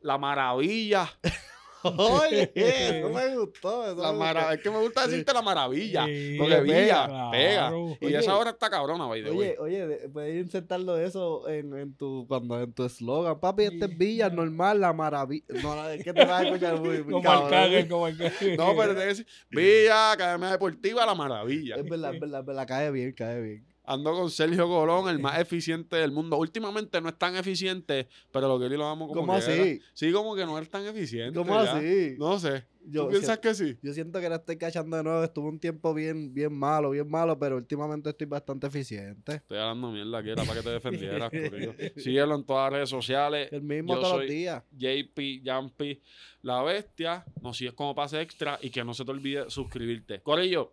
[SPEAKER 2] La Maravilla.
[SPEAKER 1] Oye, eso me gustó. Eso
[SPEAKER 2] La
[SPEAKER 1] me
[SPEAKER 2] mara-
[SPEAKER 1] gustó.
[SPEAKER 2] Es que me gusta decirte La Maravilla.
[SPEAKER 3] Sí,
[SPEAKER 2] Porque Villa
[SPEAKER 3] claro.
[SPEAKER 2] pega. Y
[SPEAKER 1] Oye.
[SPEAKER 2] esa hora está cabrona, by the way.
[SPEAKER 1] Oye, oye, de- puedes insertarlo eso en, en tu cuando en tu eslogan. Papi, este es Villa
[SPEAKER 3] Sí.
[SPEAKER 1] normal, la maravilla. No, la- es que te vas a escuchar muy, muy
[SPEAKER 3] Como
[SPEAKER 1] cabrón.
[SPEAKER 3] el cague, como el cague.
[SPEAKER 2] No, pero te decir, Villa, Academia Deportiva, la maravilla.
[SPEAKER 1] Es verdad, es verdad, es verdad, cae bien, cae bien.
[SPEAKER 2] Ando con Sergio Colón, el más eficiente del mundo. Últimamente no es tan eficiente, pero lo que yo lo amo como
[SPEAKER 1] ¿Cómo
[SPEAKER 2] que era.
[SPEAKER 1] así?
[SPEAKER 2] Sí, como que no es tan eficiente.
[SPEAKER 1] ¿Cómo
[SPEAKER 2] ya.
[SPEAKER 1] así?
[SPEAKER 2] No sé.
[SPEAKER 1] Yo-
[SPEAKER 2] ¿Tú piensas que sí?
[SPEAKER 1] Yo siento que la estoy cachando de nuevo. Estuvo un tiempo bien, bien malo, bien malo, pero últimamente estoy bastante eficiente.
[SPEAKER 2] Estoy hablando mierda aquí, era para que te defendieras, corillo. Síguelo en todas las redes sociales.
[SPEAKER 1] El mismo
[SPEAKER 2] Yo
[SPEAKER 1] todos
[SPEAKER 2] soy-
[SPEAKER 1] los días.
[SPEAKER 2] JP, Jampi, La Bestia. Nos sigues como pase extra y que no se te olvide suscribirte. Corillo,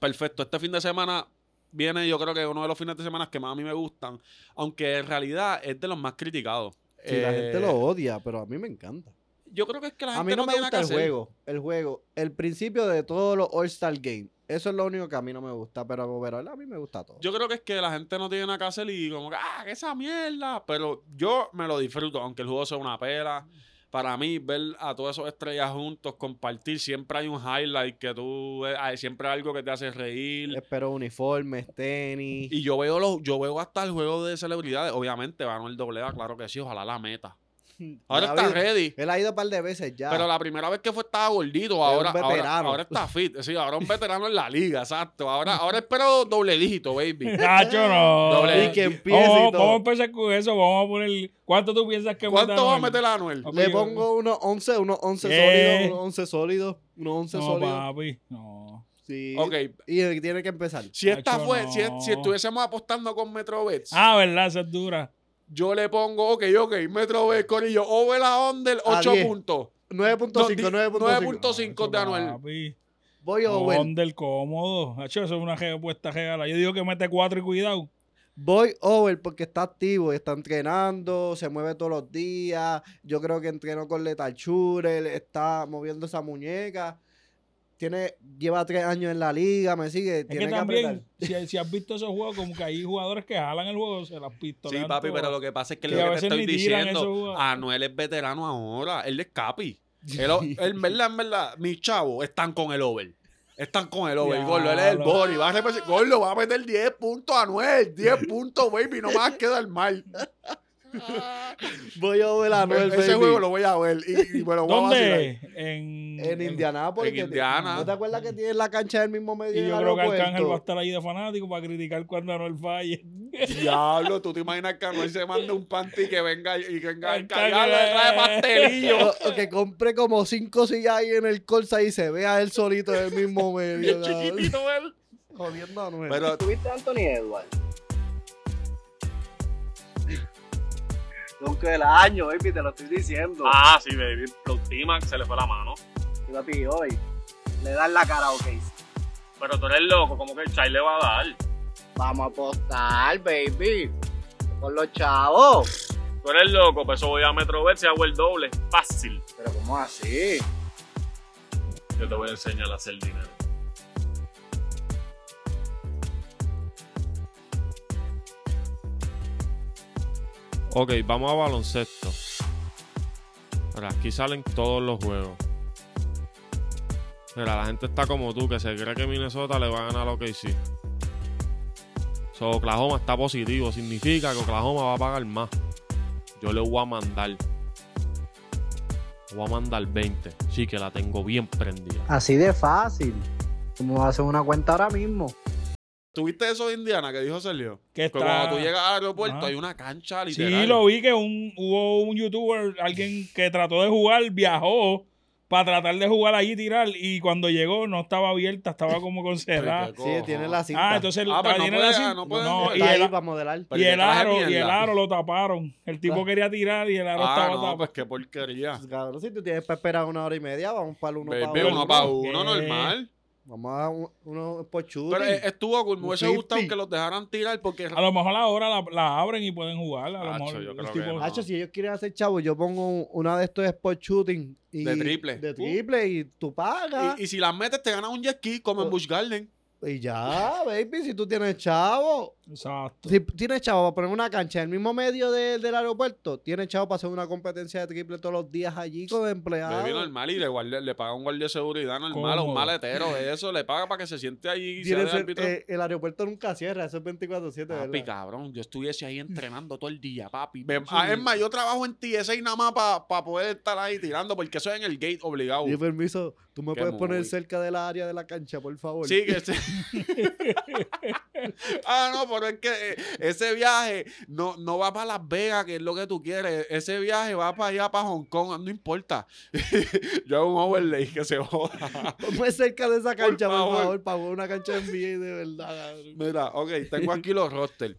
[SPEAKER 2] perfecto. Este fin de semana viene, yo creo que uno de los fines de semana que más a mí me gustan, aunque en realidad es de los más criticados.
[SPEAKER 1] Sí, la
[SPEAKER 2] Eh,
[SPEAKER 1] gente lo odia, pero a mí me encanta.
[SPEAKER 2] Yo creo que es que la
[SPEAKER 1] A
[SPEAKER 2] gente
[SPEAKER 1] mí no, me
[SPEAKER 2] tiene
[SPEAKER 1] gusta
[SPEAKER 2] nada
[SPEAKER 1] el
[SPEAKER 2] que hacer.
[SPEAKER 1] juego. El juego. El principio de todos los All-Star Games. Eso es lo único que a mí no me gusta, pero overall a mí me gusta todo.
[SPEAKER 2] Yo creo que es que la gente no tiene nada que hacer y como que, ah, que esa mierda. Pero yo me lo disfruto, aunque el juego sea una pela. Para mí, ver a todas esas estrellas juntos, compartir, siempre hay un highlight que tú, ves, hay siempre algo que te hace reír.
[SPEAKER 1] Espero uniformes, tenis.
[SPEAKER 2] Y yo veo los, yo veo hasta el juego de celebridades. Obviamente, ganó el doble A, claro que sí, ojalá la meta. Ahora
[SPEAKER 1] David,
[SPEAKER 2] está ready.
[SPEAKER 1] Él ha ido un par de veces ya.
[SPEAKER 2] Pero la primera vez que fue estaba gordito,
[SPEAKER 1] un
[SPEAKER 2] ahora, ahora,
[SPEAKER 1] veterano.
[SPEAKER 2] ahora está fit. Sí, ahora un veterano en la liga, exacto. Ahora, ahora espero doble dígito, baby.
[SPEAKER 3] Nacho, Ah, no.
[SPEAKER 2] Doble Oh,
[SPEAKER 1] y que empiece y
[SPEAKER 3] Vamos,
[SPEAKER 1] todo.
[SPEAKER 3] vamos a empezar con eso. Vamos a poner. ¿Cuánto tú piensas que
[SPEAKER 2] ¿Cuánto
[SPEAKER 3] meta
[SPEAKER 2] va a
[SPEAKER 3] Anuel?
[SPEAKER 2] meter a Anuel?
[SPEAKER 3] Ok,
[SPEAKER 1] Le
[SPEAKER 3] yo-
[SPEAKER 1] pongo unos 11, unos 11
[SPEAKER 3] Eh.
[SPEAKER 1] sólidos, unos 11 sólidos, unos 11
[SPEAKER 3] No,
[SPEAKER 1] sólidos.
[SPEAKER 3] papi. No.
[SPEAKER 1] Sí.
[SPEAKER 2] Ok,
[SPEAKER 1] Y el que tiene que empezar.
[SPEAKER 2] si esta
[SPEAKER 3] Nacho,
[SPEAKER 2] fue, si,
[SPEAKER 3] no.
[SPEAKER 2] si estuviésemos apostando con Metrobets,
[SPEAKER 3] Ah, verdad, esa es dura.
[SPEAKER 2] yo le pongo, ok, ok, Metrobets, Corillo, over la under,
[SPEAKER 1] A
[SPEAKER 2] 8
[SPEAKER 1] 10.
[SPEAKER 2] puntos.
[SPEAKER 1] 9.5,
[SPEAKER 2] No, di-
[SPEAKER 1] 9.5.
[SPEAKER 2] 9.5 de Anuel.
[SPEAKER 3] Papi.
[SPEAKER 1] Voy over.
[SPEAKER 3] Under cómodo. Nacho, eso es una re- apuesta regala. Yo digo que mete cuatro y cuidado.
[SPEAKER 1] Voy over porque está activo, está entrenando, se mueve todos los días. Yo creo que entrenó con Letal Shooter, está moviendo esa muñeca. Tiene, lleva tres años en la liga, me sigue.
[SPEAKER 3] Es
[SPEAKER 1] Tiene
[SPEAKER 3] que
[SPEAKER 1] que, apretar.
[SPEAKER 3] también, si, si has visto esos juegos, como que hay jugadores que jalan el juego, se las pistolean.
[SPEAKER 2] Sí, papi,
[SPEAKER 3] todas.
[SPEAKER 2] pero lo que pasa es que
[SPEAKER 3] Que
[SPEAKER 2] lo
[SPEAKER 3] a
[SPEAKER 2] que te
[SPEAKER 3] veces
[SPEAKER 2] estoy
[SPEAKER 3] ni tiran esos
[SPEAKER 2] diciendo,
[SPEAKER 3] jugadores.
[SPEAKER 2] Anuel es veterano ahora, él es capi. Él, él, en verdad, en verdad, mis chavos están con el over. Están con el over,
[SPEAKER 3] Ya,
[SPEAKER 2] Gordo. Él es el
[SPEAKER 3] lo-
[SPEAKER 2] body. Va a repetir, Gordo, va a meter 10 puntos a Anuel. 10 puntos, baby. No me vas a quedar mal.
[SPEAKER 1] Voy over a Anuel,
[SPEAKER 2] Ese
[SPEAKER 1] baby.
[SPEAKER 2] juego lo voy a ver. Y, y me lo voy a vacilar.
[SPEAKER 3] ¿Dónde? En,
[SPEAKER 1] En Indianápolis.
[SPEAKER 2] en
[SPEAKER 1] que te-
[SPEAKER 2] Indiana.
[SPEAKER 1] ¿No te acuerdas que tiene la cancha del mismo medio
[SPEAKER 3] Y
[SPEAKER 1] del
[SPEAKER 3] yo creo que Arcángel va a
[SPEAKER 1] aeropuerto?
[SPEAKER 3] estar ahí de fanático para criticar cuando Anuel falle.
[SPEAKER 2] Diablo, tú te imaginas que Anuel se mande un panty que venga y que venga
[SPEAKER 3] Ay,
[SPEAKER 2] el callado
[SPEAKER 3] cabrón.
[SPEAKER 2] le trae pastelillo.
[SPEAKER 1] O- o que compre como cinco sillas ahí en el Corsa y se vea él solito en el mismo medio.
[SPEAKER 2] Bien
[SPEAKER 1] cabrón.
[SPEAKER 2] chiquitito él.
[SPEAKER 1] Jodiendo a Anuel.
[SPEAKER 2] Pero
[SPEAKER 4] ¿Tuviste a Anthony Edwards? Donque del año, baby, te lo estoy diciendo.
[SPEAKER 5] Ah, sí, baby. Optima, se le fue la mano.
[SPEAKER 4] Y papi, hoy le dan la cara a OKC.
[SPEAKER 5] Pero tú eres loco, como que el Chai le va a dar.
[SPEAKER 4] Vamos a apostar, baby. Con los chavos.
[SPEAKER 5] Tú eres loco, pues eso voy a Metrobet, se hago el doble. Fácil.
[SPEAKER 4] Pero ¿cómo así?
[SPEAKER 5] Yo te voy a enseñar a hacer dinero.
[SPEAKER 6] Ok, vamos a baloncesto. Ahora, aquí salen todos los juegos. Mira, la gente está como tú, que se cree que Minnesota le va a ganar a OKC. So, Oklahoma está positivo. Significa que Oklahoma va a pagar más. Yo le voy a mandar. Voy a mandar 20. Sí, que la tengo bien prendida.
[SPEAKER 4] Así de fácil. Como hacer una cuenta ahora mismo.
[SPEAKER 2] ¿tuviste eso de Indiana que dijo Sergio?
[SPEAKER 3] Que
[SPEAKER 2] Que
[SPEAKER 3] está...
[SPEAKER 2] cuando tú llegas al aeropuerto
[SPEAKER 3] Ajá.
[SPEAKER 2] hay una cancha literal.
[SPEAKER 3] Sí, lo vi que un, hubo un youtuber, alguien que trató de jugar, viajó para tratar de jugar allí y tirar y cuando llegó no estaba abierta, estaba como con cerrada.
[SPEAKER 1] Sí, tiene la cinta.
[SPEAKER 3] Ah, entonces el-
[SPEAKER 2] Ah, pero no
[SPEAKER 3] tiene
[SPEAKER 2] puede-
[SPEAKER 3] la cin-
[SPEAKER 2] no puede-
[SPEAKER 3] no, y
[SPEAKER 1] Está ahí
[SPEAKER 3] el,
[SPEAKER 1] para modelar.
[SPEAKER 2] Pero
[SPEAKER 3] y
[SPEAKER 2] ¿y qué
[SPEAKER 3] el
[SPEAKER 2] clase de
[SPEAKER 3] aro, y el
[SPEAKER 2] mierda?
[SPEAKER 3] aro lo taparon. El tipo
[SPEAKER 1] Claro.
[SPEAKER 3] quería tirar y el aro
[SPEAKER 2] Ah,
[SPEAKER 3] estaba
[SPEAKER 2] no,
[SPEAKER 3] tapado.
[SPEAKER 2] pues qué porquería.
[SPEAKER 1] Cabrón, si tú tienes para esperar una hora y media, vamos para el uno
[SPEAKER 2] Baby,
[SPEAKER 1] para
[SPEAKER 2] uno
[SPEAKER 1] uno.
[SPEAKER 2] para uno,
[SPEAKER 3] ¿Qué?
[SPEAKER 2] normal.
[SPEAKER 1] Vamos a un- uno por shooting.
[SPEAKER 2] Pero eh, estuvo cool. Me
[SPEAKER 1] Un
[SPEAKER 2] hubiese gustado
[SPEAKER 1] 50.
[SPEAKER 2] que los dejaran tirar porque...
[SPEAKER 3] A lo mejor ahora la, la abren y pueden jugar. A lo
[SPEAKER 2] Hacho,
[SPEAKER 3] mejor
[SPEAKER 2] yo
[SPEAKER 3] el
[SPEAKER 2] creo que
[SPEAKER 3] tipo-
[SPEAKER 2] no.
[SPEAKER 1] Hacho, si ellos quieren hacer chavo, yo pongo un- una de estos sport shooting. Y,
[SPEAKER 2] De triple.
[SPEAKER 1] De triple y tú pagas.
[SPEAKER 2] Y, y si las metes te ganas un jet ski como en
[SPEAKER 1] Oh.
[SPEAKER 2] Busch Garden.
[SPEAKER 1] Y, ya, baby, si tú tienes chavo.
[SPEAKER 3] Exacto.
[SPEAKER 1] Si tienes chavo para poner una cancha en el mismo medio de- del aeropuerto, tienes chavo para hacer una competencia de triple todos los días allí con
[SPEAKER 2] Baby,
[SPEAKER 1] empleados.
[SPEAKER 2] normal. Y le, guardia- le paga un guardia de seguridad normal, a un
[SPEAKER 3] Cómodo.
[SPEAKER 2] maletero de eso. Le paga para que se siente ahí y sea
[SPEAKER 1] Tienes
[SPEAKER 2] de
[SPEAKER 1] el,
[SPEAKER 2] árbitro. Ah,
[SPEAKER 1] eh, el aeropuerto nunca cierra, eso es 24-7.
[SPEAKER 2] Papi,
[SPEAKER 1] ¿verdad?
[SPEAKER 2] cabrón, yo estuviese ahí entrenando todo el día, papi. Me- ah, es más, yo trabajo en TSA nada más para poder estar ahí tirando, porque eso es en el gate obligado.
[SPEAKER 1] Y permiso, tú me
[SPEAKER 2] Qué
[SPEAKER 1] puedes poner
[SPEAKER 2] movie.
[SPEAKER 1] cerca del área de la cancha, por favor.
[SPEAKER 2] Sí, que se- ah, no, pero es que eh, ese viaje no, no va para Las Vegas, que es lo que tú quieres. Ese viaje va para allá, para Hong Kong, no importa. Yo hago un overlay que se joda.
[SPEAKER 1] Ponme cerca de esa cancha, por
[SPEAKER 2] favor.
[SPEAKER 1] favor, para jugar una cancha de NBA de verdad. cabrón.
[SPEAKER 2] Mira, ok, tengo aquí los roster.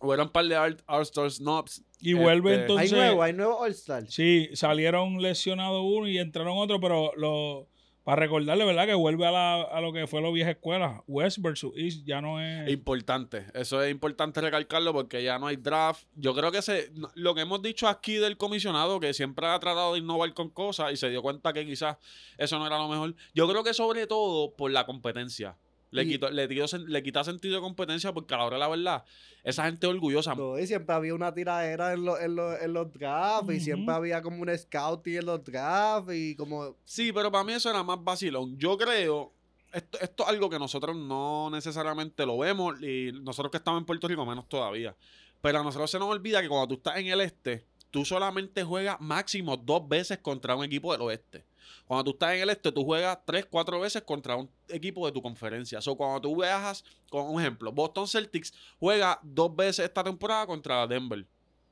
[SPEAKER 2] Hubo un par de All- All-Star Snobs.
[SPEAKER 3] Y vuelve
[SPEAKER 2] Este,
[SPEAKER 1] Hay
[SPEAKER 3] entonces.
[SPEAKER 1] nuevo, hay nuevo All-Star.
[SPEAKER 3] Sí, salieron lesionados uno y entraron otro, pero los Para recordarle, ¿verdad? Que vuelve a, la- a lo que fue la vieja escuela. West versus East ya no es.
[SPEAKER 2] Importante, eso es importante recalcarlo porque ya no hay draft. Yo creo que se, no- lo que hemos dicho aquí del comisionado, que siempre ha tratado de innovar con cosas y se dio cuenta que quizás eso no era lo mejor. Yo creo que sobre todo por la competencia. Le,
[SPEAKER 1] Y-
[SPEAKER 2] quitó- le, dio sen- le quita sentido de competencia porque a la hora de la verdad, esa gente es orgullosa.
[SPEAKER 1] No, y siempre había una tiradera en, los en, los- en los drafts y
[SPEAKER 3] Ujú.
[SPEAKER 1] siempre había como un scouting en los drafts y como...
[SPEAKER 2] Sí, pero para mí eso era más vacilón. Yo creo, esto, esto es algo que nosotros no necesariamente lo vemos, y nosotros que estamos en Puerto Rico menos todavía. Pero a nosotros se nos olvida que cuando tú estás en el este, tú solamente juegas máximo dos veces contra un equipo del oeste. Cuando tú estás en el este, tú juegas tres, cuatro veces contra un equipo de tu conferencia. O cuando tú viajas, con un ejemplo, Boston Celtics juega dos veces esta temporada contra Denver.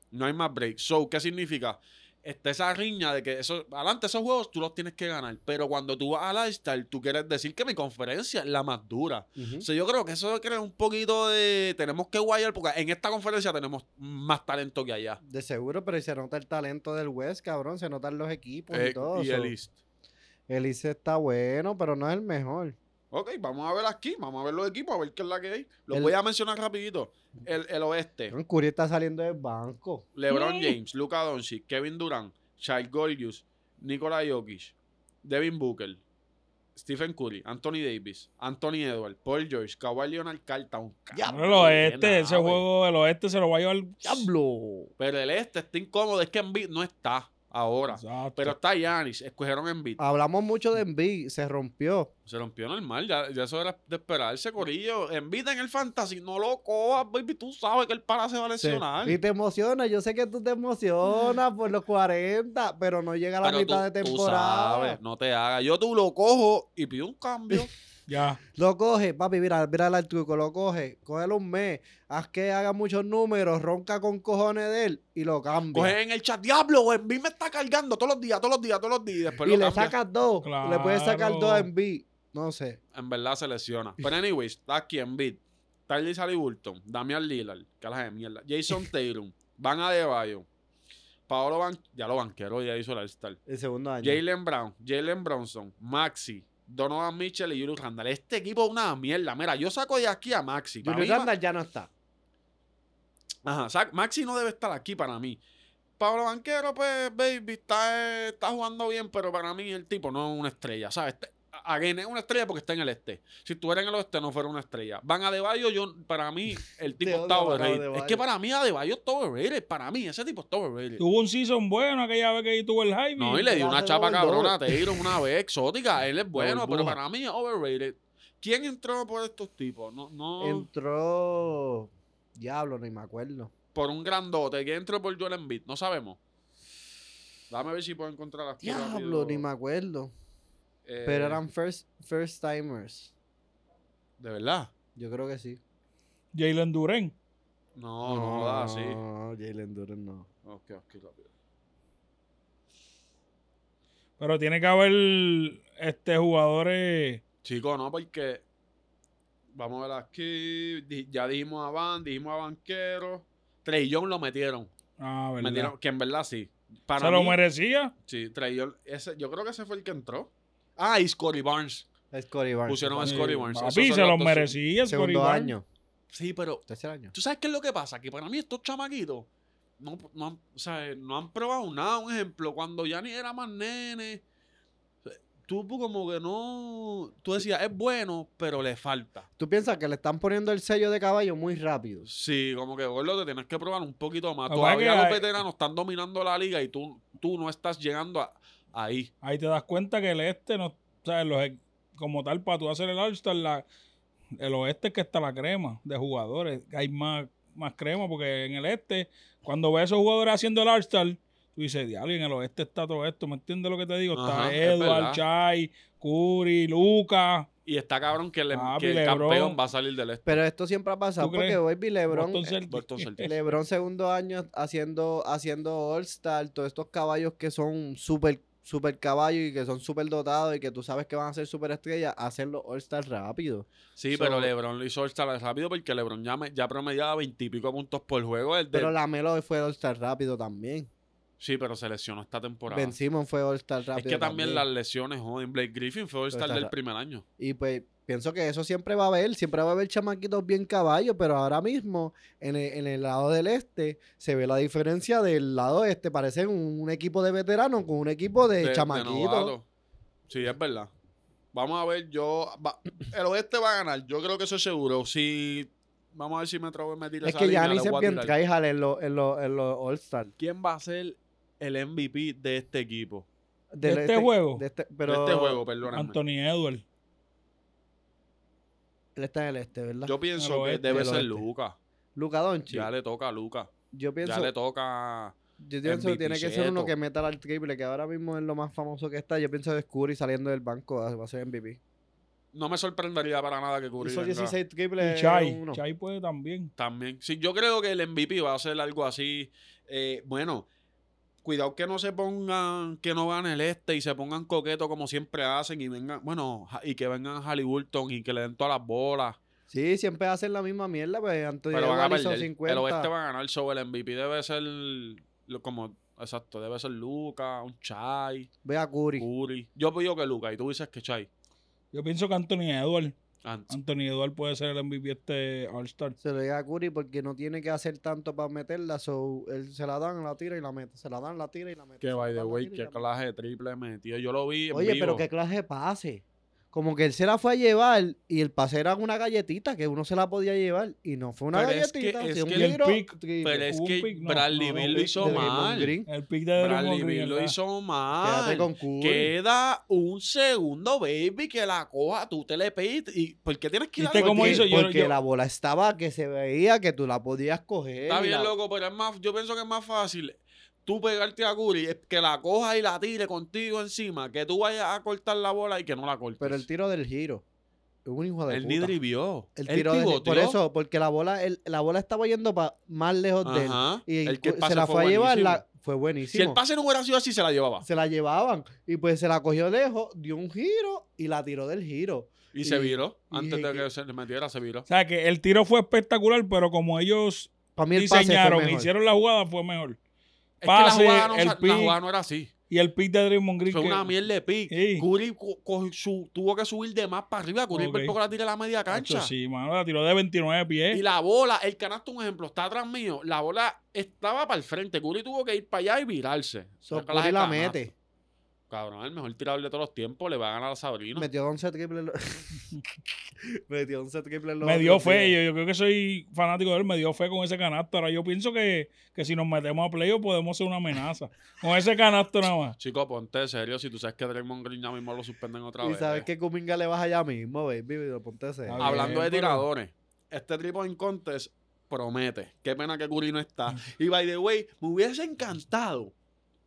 [SPEAKER 2] No hay más break. So, ¿qué significa? Está esa riña de que eso, adelante esos juegos tú los tienes que ganar. Pero cuando tú vas al All-Star, tú quieres decir que mi conferencia es la más dura. O sea, yo creo que eso crea un poquito de. Tenemos que guayar, porque en esta conferencia tenemos más talento que allá.
[SPEAKER 1] De seguro, pero se nota el talento del West, cabrón. Se notan los equipos
[SPEAKER 2] Eh,
[SPEAKER 1] y todo.
[SPEAKER 2] y
[SPEAKER 1] so.
[SPEAKER 2] el East.
[SPEAKER 1] El East está bueno, pero no es el mejor.
[SPEAKER 2] Ok, vamos a ver aquí, vamos a ver los equipos, a ver qué es la que hay. Los
[SPEAKER 1] El-
[SPEAKER 2] voy a mencionar rapidito. El, el oeste,
[SPEAKER 1] Cabrón, Curry está saliendo del banco.
[SPEAKER 2] LeBron James, Luka Doncic, Kevin Durant, Charles Gorgius, Nikola Jokic, Devin Booker, Stephen Curry, Anthony Davis, Anthony Edwards, Paul George, Kawhi Leonard, Carl Towns.
[SPEAKER 3] Pero el oeste, este, ese juego del oeste se lo va a llevar.
[SPEAKER 1] ¡Diablo!
[SPEAKER 2] Pero el este está incómodo, es que Embiid no está ahora.
[SPEAKER 3] Exacto.
[SPEAKER 2] Pero está Yanis, escogieron Embiid.
[SPEAKER 1] Hablamos mucho
[SPEAKER 2] Mm.
[SPEAKER 1] de Embiid, se rompió.
[SPEAKER 2] Se rompió normal, ya, ya eso era de esperarse, Corillo. Embiid en el fantasy, no lo cojas, baby, tú sabes que el para se va a
[SPEAKER 1] Se-
[SPEAKER 2] lesionar.
[SPEAKER 1] y te emociona, yo sé que tú te emocionas por los 40, pero no llega a la
[SPEAKER 2] Pero
[SPEAKER 1] mitad de
[SPEAKER 2] tú- tú
[SPEAKER 1] temporada.
[SPEAKER 2] sabes, no te hagas. Yo tú lo cojo y pido un cambio.
[SPEAKER 3] Ya.
[SPEAKER 1] Lo coge, papi, mira, mira el truco, lo coge, cógelo un mes, haz que haga muchos números, ronca con cojones de él y lo cambia.
[SPEAKER 2] Coge en el chat, diablo, Embiid me está cargando todos los días, todos los días, todos los días. y Después
[SPEAKER 1] y
[SPEAKER 2] pues lo
[SPEAKER 1] le
[SPEAKER 2] cambia.
[SPEAKER 1] sacas dos, le puedes sacar
[SPEAKER 3] Claro.
[SPEAKER 1] dos a Embiid, no sé.
[SPEAKER 2] En verdad se lesiona. Pero anyways, está aquí Embiid, Tyrese Halliburton, Damian Lillard, que la de mierda, Jason Tatum, Van Adebayo, Paolo Ban... Ya lo banquero ya hizo la star
[SPEAKER 1] El segundo año.
[SPEAKER 2] Jalen Brown, Jalen Bronson, Maxi, Donovan Mitchell y Julius Randall. Este equipo es una mierda. Mira, yo saco de aquí a Maxi. Para
[SPEAKER 1] Julius
[SPEAKER 2] mí,
[SPEAKER 1] Randle ya no está.
[SPEAKER 2] Ma- Ajá, sac- Maxi no debe estar aquí para mí. Pablo Banquero, pues, baby, está, eh, está jugando bien, pero para mí el tipo no es una estrella, ¿sabes? Este- Again, es una estrella porque está en el este. Si estuviera en el oeste, no fuera una estrella. Van a Adebayo, yo, para mí, el tipo
[SPEAKER 1] Te odio
[SPEAKER 2] está
[SPEAKER 1] Van
[SPEAKER 2] overrated.
[SPEAKER 1] Adebayo.
[SPEAKER 2] Es que para mí Adebayo está overrated. Para mí, ese tipo está overrated.
[SPEAKER 3] Tuvo un season bueno aquella vez que tuvo el hype.
[SPEAKER 2] No, y le dio
[SPEAKER 1] Van
[SPEAKER 2] una chapa
[SPEAKER 1] Adebayo.
[SPEAKER 2] cabrona a Taylor una vez exótica. Él es bueno, pero
[SPEAKER 1] burbuja.
[SPEAKER 2] para mí es overrated. ¿Quién entró por estos tipos? No, no.
[SPEAKER 1] Entró. Diablo, ni me acuerdo.
[SPEAKER 2] por un grandote. ¿Quién entró por Joel Embiid? No sabemos. Dame a ver si puedo encontrar aquí
[SPEAKER 1] Diablo,
[SPEAKER 2] rápido.
[SPEAKER 1] ni me acuerdo.
[SPEAKER 2] Eh,
[SPEAKER 1] Pero eran first, first timers.
[SPEAKER 2] ¿De verdad?
[SPEAKER 1] Yo creo que sí.
[SPEAKER 3] Jalen Duren.
[SPEAKER 2] No, no, da así.
[SPEAKER 1] No, Jalen Duren no.
[SPEAKER 2] Ok, ok, rápido.
[SPEAKER 3] Pero tiene que haber este jugadores.
[SPEAKER 2] Chico, no, porque... Vamos a ver aquí. Di- Ya dijimos a Van, dijimos a Banquero. Trey Young lo metieron.
[SPEAKER 3] Ah, verdad.
[SPEAKER 2] Metieron- que en verdad sí. Para
[SPEAKER 3] se lo
[SPEAKER 2] mí-
[SPEAKER 3] merecía.
[SPEAKER 2] Sí, Trey Young. Ese, yo creo que ese fue el que entró. Ah, y Scotty Barnes.
[SPEAKER 1] Es Scottie Barnes.
[SPEAKER 2] Pusieron a
[SPEAKER 1] Sí.
[SPEAKER 2] Scotty Barnes. Esos
[SPEAKER 3] Eh, Papi,
[SPEAKER 2] son
[SPEAKER 3] se
[SPEAKER 2] los
[SPEAKER 3] lo
[SPEAKER 2] dos-
[SPEAKER 3] merecía. Scottie
[SPEAKER 1] Segundo
[SPEAKER 3] Barnes.
[SPEAKER 1] año.
[SPEAKER 2] Sí, pero
[SPEAKER 1] Tercer año.
[SPEAKER 2] ¿Tú sabes qué es lo que pasa? Que para mí estos chamaquitos no, no han, o sea, no han probado nada. Un ejemplo, cuando Yanni era más nene, tú como que no... Tú decías, es bueno, pero le falta.
[SPEAKER 1] Tú piensas que le están poniendo el sello de caballo muy rápido.
[SPEAKER 2] Sí, como que vos lo que tienes que probar un poquito más.
[SPEAKER 3] Lo que pasa es que
[SPEAKER 2] Todavía los
[SPEAKER 3] hay-
[SPEAKER 2] veteranos están dominando la liga y tú, tú no estás llegando a- ahí.
[SPEAKER 3] Ahí te das cuenta que el este no. o sea, los e- como tal, para tú hacer el All-Star, la- el oeste es que está la crema de jugadores. Hay más, más crema porque en el este, cuando ves a esos jugadores haciendo el All-Star, tú dices, diablo, y en el oeste está todo esto. ¿Me entiendes lo que te digo?
[SPEAKER 2] Ajá,
[SPEAKER 3] Está
[SPEAKER 2] es
[SPEAKER 3] Edward,
[SPEAKER 2] verdad.
[SPEAKER 3] Chai, Curry, Lucas.
[SPEAKER 2] Y está cabrón que, le-
[SPEAKER 3] Ah,
[SPEAKER 2] que el
[SPEAKER 3] Lebron.
[SPEAKER 2] campeón va a salir del este.
[SPEAKER 1] Pero esto siempre ha pasado
[SPEAKER 3] ¿Tú
[SPEAKER 1] porque
[SPEAKER 3] crees?
[SPEAKER 1] Baby Lebron.
[SPEAKER 3] Boston
[SPEAKER 1] eh,
[SPEAKER 3] Celtics.
[SPEAKER 2] Boston Celtics.
[SPEAKER 1] Lebron segundo año haciendo, haciendo All-Star, todos estos caballos que son súper super caballos y que son súper dotados y que tú sabes que van a ser súper estrellas, hacerlo All-Star rápido.
[SPEAKER 2] Sí,
[SPEAKER 1] So-
[SPEAKER 2] pero LeBron lo hizo all rápido porque LeBron ya, me- ya promediaba veintipico puntos por juego. El de
[SPEAKER 1] Pero la Melo fue All-Star rápido también.
[SPEAKER 2] Sí, pero se lesionó esta temporada.
[SPEAKER 1] Ben Simmons fue All-Star
[SPEAKER 2] es
[SPEAKER 1] rápido.
[SPEAKER 2] que también las lesiones joden. Blake Griffin fue All-Star
[SPEAKER 1] Pues, Está
[SPEAKER 2] del
[SPEAKER 1] ra-
[SPEAKER 2] primer año.
[SPEAKER 1] Y pues pienso que eso siempre va a haber, siempre va a haber chamaquitos bien caballos, pero ahora mismo en el, en el lado del este se ve la diferencia del lado este. Parecen un, un equipo de veteranos con un equipo de,
[SPEAKER 2] de- de
[SPEAKER 1] chamaquitos.
[SPEAKER 2] novato. Sí, es verdad. Vamos a ver, yo. va- el oeste va a ganar, yo creo que eso es seguro. Si. Vamos a ver si me atrevo a meter
[SPEAKER 1] es
[SPEAKER 2] esa
[SPEAKER 1] que
[SPEAKER 2] línea,
[SPEAKER 1] Yanis
[SPEAKER 2] le
[SPEAKER 1] es
[SPEAKER 2] voy a
[SPEAKER 1] bien
[SPEAKER 2] tirar.
[SPEAKER 1] tryhard en los en los- en los All-Star.
[SPEAKER 2] ¿Quién va a ser el MVP de este equipo?
[SPEAKER 1] De,
[SPEAKER 3] este juego?
[SPEAKER 1] de este-
[SPEAKER 2] De
[SPEAKER 1] pero
[SPEAKER 2] este juego, perdóname.
[SPEAKER 3] Anthony Edwards.
[SPEAKER 1] Él está en el este, ¿verdad?
[SPEAKER 2] Yo
[SPEAKER 3] Del
[SPEAKER 2] pienso que
[SPEAKER 1] oeste.
[SPEAKER 2] debe
[SPEAKER 1] Del
[SPEAKER 2] ser
[SPEAKER 1] oeste.
[SPEAKER 2] Luca.
[SPEAKER 1] Luca Doncic.
[SPEAKER 2] Ya le toca a Luca.
[SPEAKER 1] yo
[SPEAKER 2] Ya
[SPEAKER 1] pienso,
[SPEAKER 2] le toca.
[SPEAKER 1] yo pienso que
[SPEAKER 2] MVP
[SPEAKER 1] tiene que ser uno
[SPEAKER 2] cheto.
[SPEAKER 1] que meta al triple, que ahora mismo es lo más famoso que está. Yo pienso que Curry saliendo del banco va a ser MVP.
[SPEAKER 2] No me sorprendería para nada que Curry
[SPEAKER 1] Hizo
[SPEAKER 2] venga.
[SPEAKER 1] 16 triples.
[SPEAKER 3] Y
[SPEAKER 1] en
[SPEAKER 3] Chai.
[SPEAKER 1] uno.
[SPEAKER 3] Chai puede también.
[SPEAKER 2] También. Sí, yo creo que el MVP va a ser algo así. eh, bueno, cuidado que no se pongan, que no gane el este y se pongan coquetos como siempre hacen y vengan, bueno, ja- y que vengan a Halliburton y que le den todas las bolas.
[SPEAKER 1] Sí, siempre hacen la misma mierda, pues Anthony
[SPEAKER 2] pero van a
[SPEAKER 1] Edwards hizo
[SPEAKER 2] perder.
[SPEAKER 1] 50.
[SPEAKER 2] El oeste va a ganar sobre el MVP. Debe ser lo- como, exacto, debe ser Luca, un Chai,
[SPEAKER 1] Ve a Curry.
[SPEAKER 2] Curry. Yo pido que Luca y tú dices que Chai.
[SPEAKER 3] Yo pienso que Anthony Edwards.
[SPEAKER 2] Ant-
[SPEAKER 3] Anthony Edwards puede ser el MVP este All-Star.
[SPEAKER 1] Se lo llega a Curry porque no tiene que hacer tanto para meterla. So, él se la dan, la tira y la mete. Se la dan, la tira y la mete.
[SPEAKER 2] Que
[SPEAKER 1] Se la
[SPEAKER 2] by the
[SPEAKER 1] dan, la
[SPEAKER 2] way,
[SPEAKER 1] tira y
[SPEAKER 2] qué
[SPEAKER 1] la mete.
[SPEAKER 2] clase de triple metió. Yo lo vi en
[SPEAKER 1] Oye, pero
[SPEAKER 2] vivo.
[SPEAKER 1] qué clase de pase. Como que él se la fue a llevar y el pase era una galletita que uno se la podía llevar y no fue una
[SPEAKER 2] Pero es que-
[SPEAKER 1] galletita.
[SPEAKER 2] es
[SPEAKER 1] sí, un
[SPEAKER 2] que el
[SPEAKER 1] tiro,
[SPEAKER 3] pick-
[SPEAKER 1] triple.
[SPEAKER 2] Pero es
[SPEAKER 3] Hubo un
[SPEAKER 2] que
[SPEAKER 3] pick, no,
[SPEAKER 2] Bradley
[SPEAKER 3] no, no,
[SPEAKER 2] Bill
[SPEAKER 1] un
[SPEAKER 2] lo
[SPEAKER 1] pick
[SPEAKER 2] hizo
[SPEAKER 1] de Draymond
[SPEAKER 2] mal.
[SPEAKER 1] Green.
[SPEAKER 3] El pick de
[SPEAKER 2] Bradley
[SPEAKER 3] Draymond
[SPEAKER 2] Bill
[SPEAKER 3] Green.
[SPEAKER 2] lo
[SPEAKER 3] ¿verdad?
[SPEAKER 2] hizo
[SPEAKER 1] Quédate
[SPEAKER 2] mal.
[SPEAKER 1] con Curry.
[SPEAKER 2] Queda un segundo, baby, que la coja tú te le pides. ¿Y por qué tienes que ir a
[SPEAKER 3] ¿Viste
[SPEAKER 2] la
[SPEAKER 3] cómo
[SPEAKER 2] bola?
[SPEAKER 1] Porque,
[SPEAKER 3] hizo? Yo-
[SPEAKER 1] porque
[SPEAKER 3] yo-
[SPEAKER 1] la bola estaba que se veía que tú la podías coger.
[SPEAKER 2] Está
[SPEAKER 1] y
[SPEAKER 2] bien,
[SPEAKER 1] la-
[SPEAKER 2] loco, pero es más, yo pienso que es más fácil tú pegarte a Curry, es que la coja y la tire contigo encima, que tú vayas a cortar la bola y que no la cortes.
[SPEAKER 1] Pero el tiro del giro. Es un hijo de
[SPEAKER 2] Él
[SPEAKER 1] puta.
[SPEAKER 2] ni drivió.
[SPEAKER 1] El
[SPEAKER 2] Él
[SPEAKER 1] tiro de-
[SPEAKER 2] pivoteó.
[SPEAKER 1] Por eso, porque la bola, el- la bola estaba yendo pa- más lejos de él.
[SPEAKER 2] Ajá.
[SPEAKER 1] Y
[SPEAKER 2] El que el
[SPEAKER 1] cu-
[SPEAKER 2] pase
[SPEAKER 1] se la
[SPEAKER 2] fue
[SPEAKER 1] fue a llevar,
[SPEAKER 2] buenísimo.
[SPEAKER 1] la- fue
[SPEAKER 2] Si
[SPEAKER 1] buenísimo.
[SPEAKER 2] el pase no hubiera sido así, se la llevaba.
[SPEAKER 1] Se la llevaban. Y pues se la cogió lejos, dio un giro y la tiró del giro.
[SPEAKER 2] Y, se
[SPEAKER 1] Y-
[SPEAKER 2] viró.
[SPEAKER 1] y
[SPEAKER 2] Antes de
[SPEAKER 1] que-
[SPEAKER 2] que se le metiera, se viró.
[SPEAKER 3] O sea, que el tiro fue espectacular, pero como ellos
[SPEAKER 1] Para mí el pase fue
[SPEAKER 3] diseñaron,
[SPEAKER 1] mejor.
[SPEAKER 3] hicieron la jugada, fue mejor.
[SPEAKER 2] Es
[SPEAKER 3] Pase,
[SPEAKER 2] que la jugada, no,
[SPEAKER 3] el
[SPEAKER 2] sa- la
[SPEAKER 3] pick.
[SPEAKER 2] jugada no era así.
[SPEAKER 3] Y el pick de Draymond Green.
[SPEAKER 2] Fue
[SPEAKER 3] que-
[SPEAKER 2] una mierda de pick.
[SPEAKER 3] Sí.
[SPEAKER 2] Curry co- co- su- tuvo que subir de más para arriba. Curry por
[SPEAKER 3] Ok.
[SPEAKER 2] poco la tira a la media cancha.
[SPEAKER 3] Hacho, Sí, mano, la tiró de 29 pies.
[SPEAKER 2] Y la bola, el canasto, un ejemplo, está atrás mío. La bola estaba para el frente. Curry tuvo que ir para allá y virarse.
[SPEAKER 1] So,
[SPEAKER 2] Saca las
[SPEAKER 1] Curry la
[SPEAKER 2] de canasto.
[SPEAKER 1] mete.
[SPEAKER 2] Cabrón, el mejor tirador de todos los tiempos. Le va a ganar a Sabrina.
[SPEAKER 1] Metió 11 triples. lo- Metió 11 triples. los
[SPEAKER 3] me dio
[SPEAKER 1] otros
[SPEAKER 3] fe,
[SPEAKER 1] días.
[SPEAKER 3] yo, yo creo que soy fanático de él, me dio fe con ese canasto. Ahora yo pienso que, que si nos metemos a playoff podemos ser una amenaza. Con ese canasto nada más.
[SPEAKER 2] Chico, ponte serio. Si tú sabes que a Draymond Green ya mismo lo suspenden otra
[SPEAKER 1] Y
[SPEAKER 2] vez.
[SPEAKER 1] sabes que Kuminga le baja allá mismo, baby. Lo ponte ese.
[SPEAKER 3] Ah,
[SPEAKER 2] Hablando de
[SPEAKER 3] Bien, pero-
[SPEAKER 2] tiradores, este tipo en contest promete. Qué pena que Curry no está.
[SPEAKER 1] Mm.
[SPEAKER 2] Y by the way, me hubiese encantado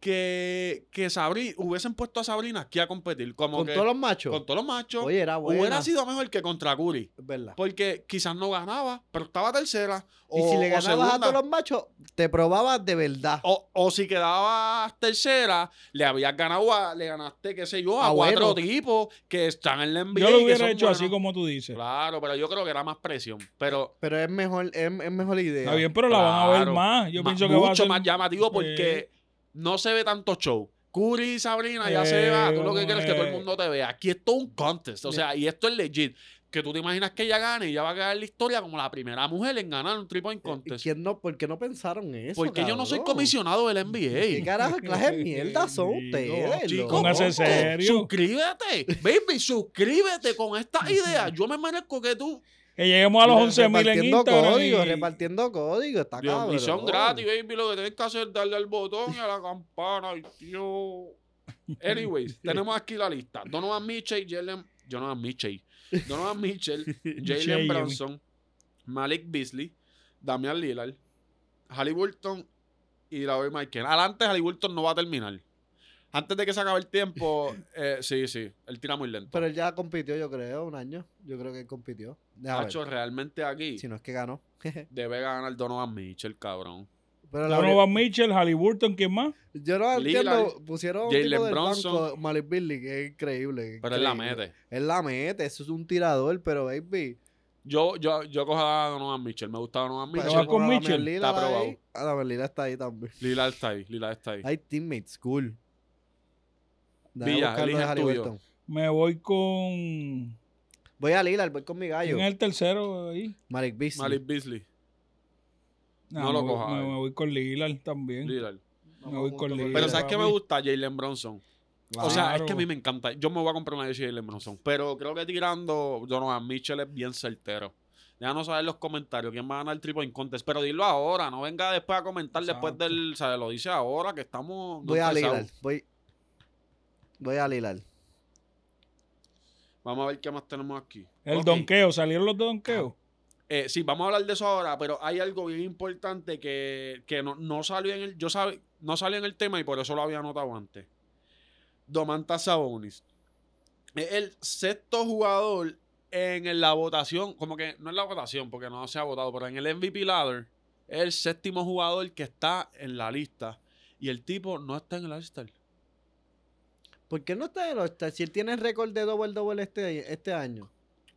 [SPEAKER 2] que, que Sabri, hubiesen puesto a Sabrina aquí a competir. Como
[SPEAKER 1] Con
[SPEAKER 2] que-
[SPEAKER 1] todos los machos.
[SPEAKER 2] con todos los machos.
[SPEAKER 1] Oye, era bueno.
[SPEAKER 2] Hubiera sido mejor que contra Curry.
[SPEAKER 1] ¿Verdad?
[SPEAKER 2] Porque quizás no ganaba, pero estaba tercera. O,
[SPEAKER 1] y si le
[SPEAKER 2] o
[SPEAKER 1] ganabas a
[SPEAKER 2] segunda.
[SPEAKER 1] todos los machos, te probabas de verdad.
[SPEAKER 2] O, o si quedabas tercera, le habías ganado a, le ganaste, qué sé yo, a
[SPEAKER 1] Ah, bueno.
[SPEAKER 2] cuatro tipos que están en la NBA.
[SPEAKER 3] Yo lo
[SPEAKER 2] que
[SPEAKER 3] hubiera
[SPEAKER 2] son
[SPEAKER 3] hecho así
[SPEAKER 2] buenos.
[SPEAKER 3] como tú dices.
[SPEAKER 2] Claro, pero yo creo que era más presión. Pero
[SPEAKER 1] Pero es mejor, es, es mejor idea. Eh,
[SPEAKER 3] Está bien, pero la van a ver
[SPEAKER 2] Claro.
[SPEAKER 3] más. Yo
[SPEAKER 2] ma-
[SPEAKER 3] pienso que
[SPEAKER 2] mucho
[SPEAKER 3] va a ser
[SPEAKER 2] más llamativo porque no se ve tanto show. Curry y Sabrina ya se
[SPEAKER 3] Eh,
[SPEAKER 2] va. Tú lo que
[SPEAKER 3] vamos
[SPEAKER 2] quieres
[SPEAKER 3] a
[SPEAKER 2] es que todo el
[SPEAKER 3] ver.
[SPEAKER 2] mundo te vea. Aquí esto es un contest. O sea, y esto es legit. Que tú te imaginas que ella gane y ya va a quedar en la historia como la primera mujer en ganar un
[SPEAKER 3] Eh,
[SPEAKER 2] three-point
[SPEAKER 1] ¿Y
[SPEAKER 2] contest.
[SPEAKER 1] quién no, ¿Por qué no pensaron eso?
[SPEAKER 2] Porque yo no soy
[SPEAKER 1] cabrón?
[SPEAKER 2] comisionado del
[SPEAKER 1] ¿Qué
[SPEAKER 2] NBA.
[SPEAKER 1] carajo de clase de mierda son
[SPEAKER 3] Digo,
[SPEAKER 1] ustedes?
[SPEAKER 2] chico,
[SPEAKER 1] loco?
[SPEAKER 3] Póngase
[SPEAKER 2] loco,
[SPEAKER 3] serio.
[SPEAKER 2] Suscríbete, baby, suscríbete con esta idea. Yo me merezco que tú.
[SPEAKER 3] que lleguemos a los 11.000 en
[SPEAKER 1] Repartiendo
[SPEAKER 3] Instagram.
[SPEAKER 1] código,
[SPEAKER 3] y-
[SPEAKER 1] repartiendo código. Está
[SPEAKER 2] Dios,
[SPEAKER 1] Ah, cabrón.
[SPEAKER 2] y son gratis, baby. Lo que tienes que hacer es darle al botón y a la campana. Y tío. Anyways, tenemos aquí la lista. Donovan Mitchell, Jalen. Donovan Mitchell. Donovan Mitchell, Jalen
[SPEAKER 3] Jalen.
[SPEAKER 2] Branson, Malik Beasley, Damian Lillard, Halliburton y David Michael. Adelante, Halliburton no va a terminar. Antes de que se acabe el tiempo, eh, sí, sí, él tira muy lento.
[SPEAKER 1] Pero él ya compitió, yo creo, un año. Yo creo que él compitió. Déjame
[SPEAKER 2] Nacho, realmente aquí
[SPEAKER 1] ver, Si no es que ganó.
[SPEAKER 2] debe ganar Donovan Mitchell, cabrón.
[SPEAKER 1] Pero la
[SPEAKER 3] Donovan Mitchell, Halliburton, ¿quién más?
[SPEAKER 1] Yo no
[SPEAKER 2] Lillard,
[SPEAKER 1] entiendo. Pusieron un
[SPEAKER 2] eh, Jalen
[SPEAKER 1] tipo del
[SPEAKER 2] Bronson.
[SPEAKER 1] banco, Malik Beasley, que es increíble.
[SPEAKER 2] Pero él la
[SPEAKER 1] increíble.
[SPEAKER 2] mete.
[SPEAKER 1] Él la mete. Eso es un tirador, pero baby.
[SPEAKER 2] Yo, yo, yo cojo a Donovan Mitchell. Me gusta Donovan
[SPEAKER 1] Pues
[SPEAKER 3] ¿Te
[SPEAKER 2] Mitchell.
[SPEAKER 3] vas
[SPEAKER 1] vamos
[SPEAKER 3] con
[SPEAKER 1] a
[SPEAKER 3] Mitchell?
[SPEAKER 1] Damian
[SPEAKER 2] Está
[SPEAKER 1] Lillard
[SPEAKER 2] aprobado.
[SPEAKER 1] ahí. Ah, Damian Lillard está ahí también.
[SPEAKER 2] Lillard está ahí. Lillard está ahí.
[SPEAKER 1] Hay teammates, cool. Déjame
[SPEAKER 2] Villa,
[SPEAKER 1] buscarlo de
[SPEAKER 2] elige el tuyo.
[SPEAKER 1] Haliburton.
[SPEAKER 3] Me voy con.
[SPEAKER 1] Voy a Lillard, voy con mi gallo.
[SPEAKER 3] ¿Quién es el tercero ahí?
[SPEAKER 1] Malik Beasley.
[SPEAKER 2] Malik Beasley.
[SPEAKER 3] Ah,
[SPEAKER 2] No lo
[SPEAKER 3] me voy-
[SPEAKER 2] coja,
[SPEAKER 3] Me,
[SPEAKER 2] eh.
[SPEAKER 3] me voy con Lillard también.
[SPEAKER 2] Lillard.
[SPEAKER 1] Vamos
[SPEAKER 3] Me voy
[SPEAKER 1] juntos
[SPEAKER 3] con
[SPEAKER 1] con
[SPEAKER 3] Lillard.
[SPEAKER 2] Pero
[SPEAKER 1] Lillard.
[SPEAKER 2] ¿sabes qué me
[SPEAKER 3] papi.
[SPEAKER 2] gusta? Jalen Bronson. O sea, es que a mí me encanta. Yo me voy a comprar una jersey de Jalen Bronson. Pero creo que tirando Donovan Mitchell es bien certero. Déjanos saber en los comentarios quién va a ganar el triple en contest. Pero dilo ahora, no venga después a comentar después
[SPEAKER 3] Exacto.
[SPEAKER 2] del. O sea, lo dice ahora que estamos. no
[SPEAKER 1] Voy a
[SPEAKER 2] empezamos.
[SPEAKER 1] Lillard. Voy, voy a Lillard.
[SPEAKER 2] Vamos a ver qué más tenemos aquí.
[SPEAKER 3] El
[SPEAKER 2] Ok.
[SPEAKER 3] donqueo, salieron los de donqueo.
[SPEAKER 2] Eh, sí, vamos a hablar de eso ahora, pero hay algo bien importante que, que no, no salió en el. Yo sabe, no salió en el tema y por eso lo había anotado antes. Domantas Sabonis. Es el sexto jugador en la votación. Como que no en la votación, porque no se ha votado, pero en el MVP Ladder. Es el séptimo jugador que está en la lista. Y el tipo no está en el All-Star.
[SPEAKER 1] ¿Por qué no está en los All-Star? Si él tiene récord de double-double este, este año.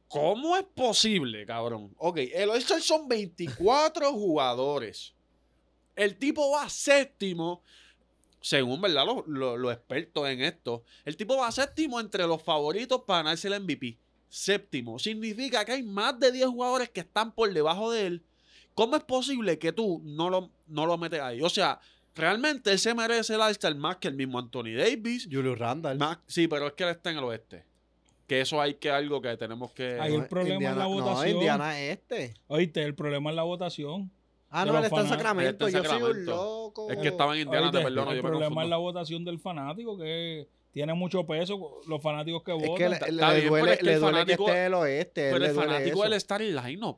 [SPEAKER 2] ¿Cómo es posible, cabrón? Ok, el All-Star son 24 jugadores. El tipo va séptimo, según verdad los los- los expertos en esto, el tipo va séptimo entre los favoritos para ganarse el MVP. Séptimo. Significa que hay más de 10 jugadores que están por debajo de él. ¿Cómo es posible que tú no lo, no lo metes ahí? O sea, realmente él se merece el All-Star más que el mismo Anthony Davis.
[SPEAKER 1] Julius Randall.
[SPEAKER 2] Más- sí, pero es que él está en el oeste. Que eso hay que algo que tenemos que...
[SPEAKER 3] Ahí Hay un problema en la
[SPEAKER 1] No,
[SPEAKER 3] votación.
[SPEAKER 1] Indiana es este.
[SPEAKER 3] Oíste, el problema es la votación.
[SPEAKER 1] Ah,
[SPEAKER 3] De
[SPEAKER 1] no, él está
[SPEAKER 3] los
[SPEAKER 1] en
[SPEAKER 3] fanáticos.
[SPEAKER 1] Sacramento.
[SPEAKER 2] Él está
[SPEAKER 1] Yo soy
[SPEAKER 2] en
[SPEAKER 1] un
[SPEAKER 2] Sacramento.
[SPEAKER 1] loco.
[SPEAKER 2] Es que estaba en Indiana, te
[SPEAKER 3] Oíste,
[SPEAKER 2] perdono,
[SPEAKER 3] el
[SPEAKER 2] yo me
[SPEAKER 3] problema es la
[SPEAKER 2] confundo.
[SPEAKER 3] votación del fanático, que tiene mucho peso los fanáticos que
[SPEAKER 1] Es
[SPEAKER 3] votan.
[SPEAKER 1] que le,
[SPEAKER 2] Está-
[SPEAKER 1] le
[SPEAKER 2] está bien, pero
[SPEAKER 1] duele,
[SPEAKER 2] es que
[SPEAKER 1] le
[SPEAKER 2] el
[SPEAKER 1] duele que
[SPEAKER 2] fanático-
[SPEAKER 1] esté del oeste.
[SPEAKER 2] Pero
[SPEAKER 1] le
[SPEAKER 2] el
[SPEAKER 1] duele
[SPEAKER 2] fanático
[SPEAKER 1] eso.
[SPEAKER 2] del estar en line-up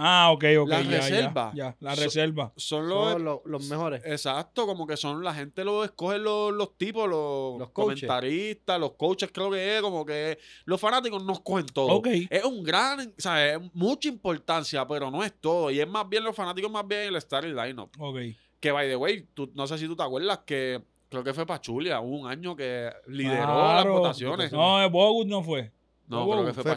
[SPEAKER 3] Ah, ok, ok.
[SPEAKER 2] La
[SPEAKER 3] ya, ya,
[SPEAKER 2] reserva.
[SPEAKER 3] Ya, la
[SPEAKER 2] So-
[SPEAKER 3] reserva.
[SPEAKER 2] son los...
[SPEAKER 1] Son los, los mejores.
[SPEAKER 2] Exacto, como que son la gente lo escoge los, los tipos, los,
[SPEAKER 1] Los coaches.
[SPEAKER 2] comentaristas, los coaches creo que es, como que los fanáticos nos cogen todo.
[SPEAKER 3] Ok.
[SPEAKER 2] Es un gran, o sea, es mucha importancia, pero no es todo. Y es más bien los fanáticos, más bien el estar en line-up.
[SPEAKER 3] Ok.
[SPEAKER 2] Que by the way, tú, no sé si tú te acuerdas que creo que fue Pachulia, hubo un año que lideró las
[SPEAKER 3] Claro.
[SPEAKER 2] votaciones. No,
[SPEAKER 3] No, eh, Bogut no fue.
[SPEAKER 2] creo que fue,
[SPEAKER 1] Fue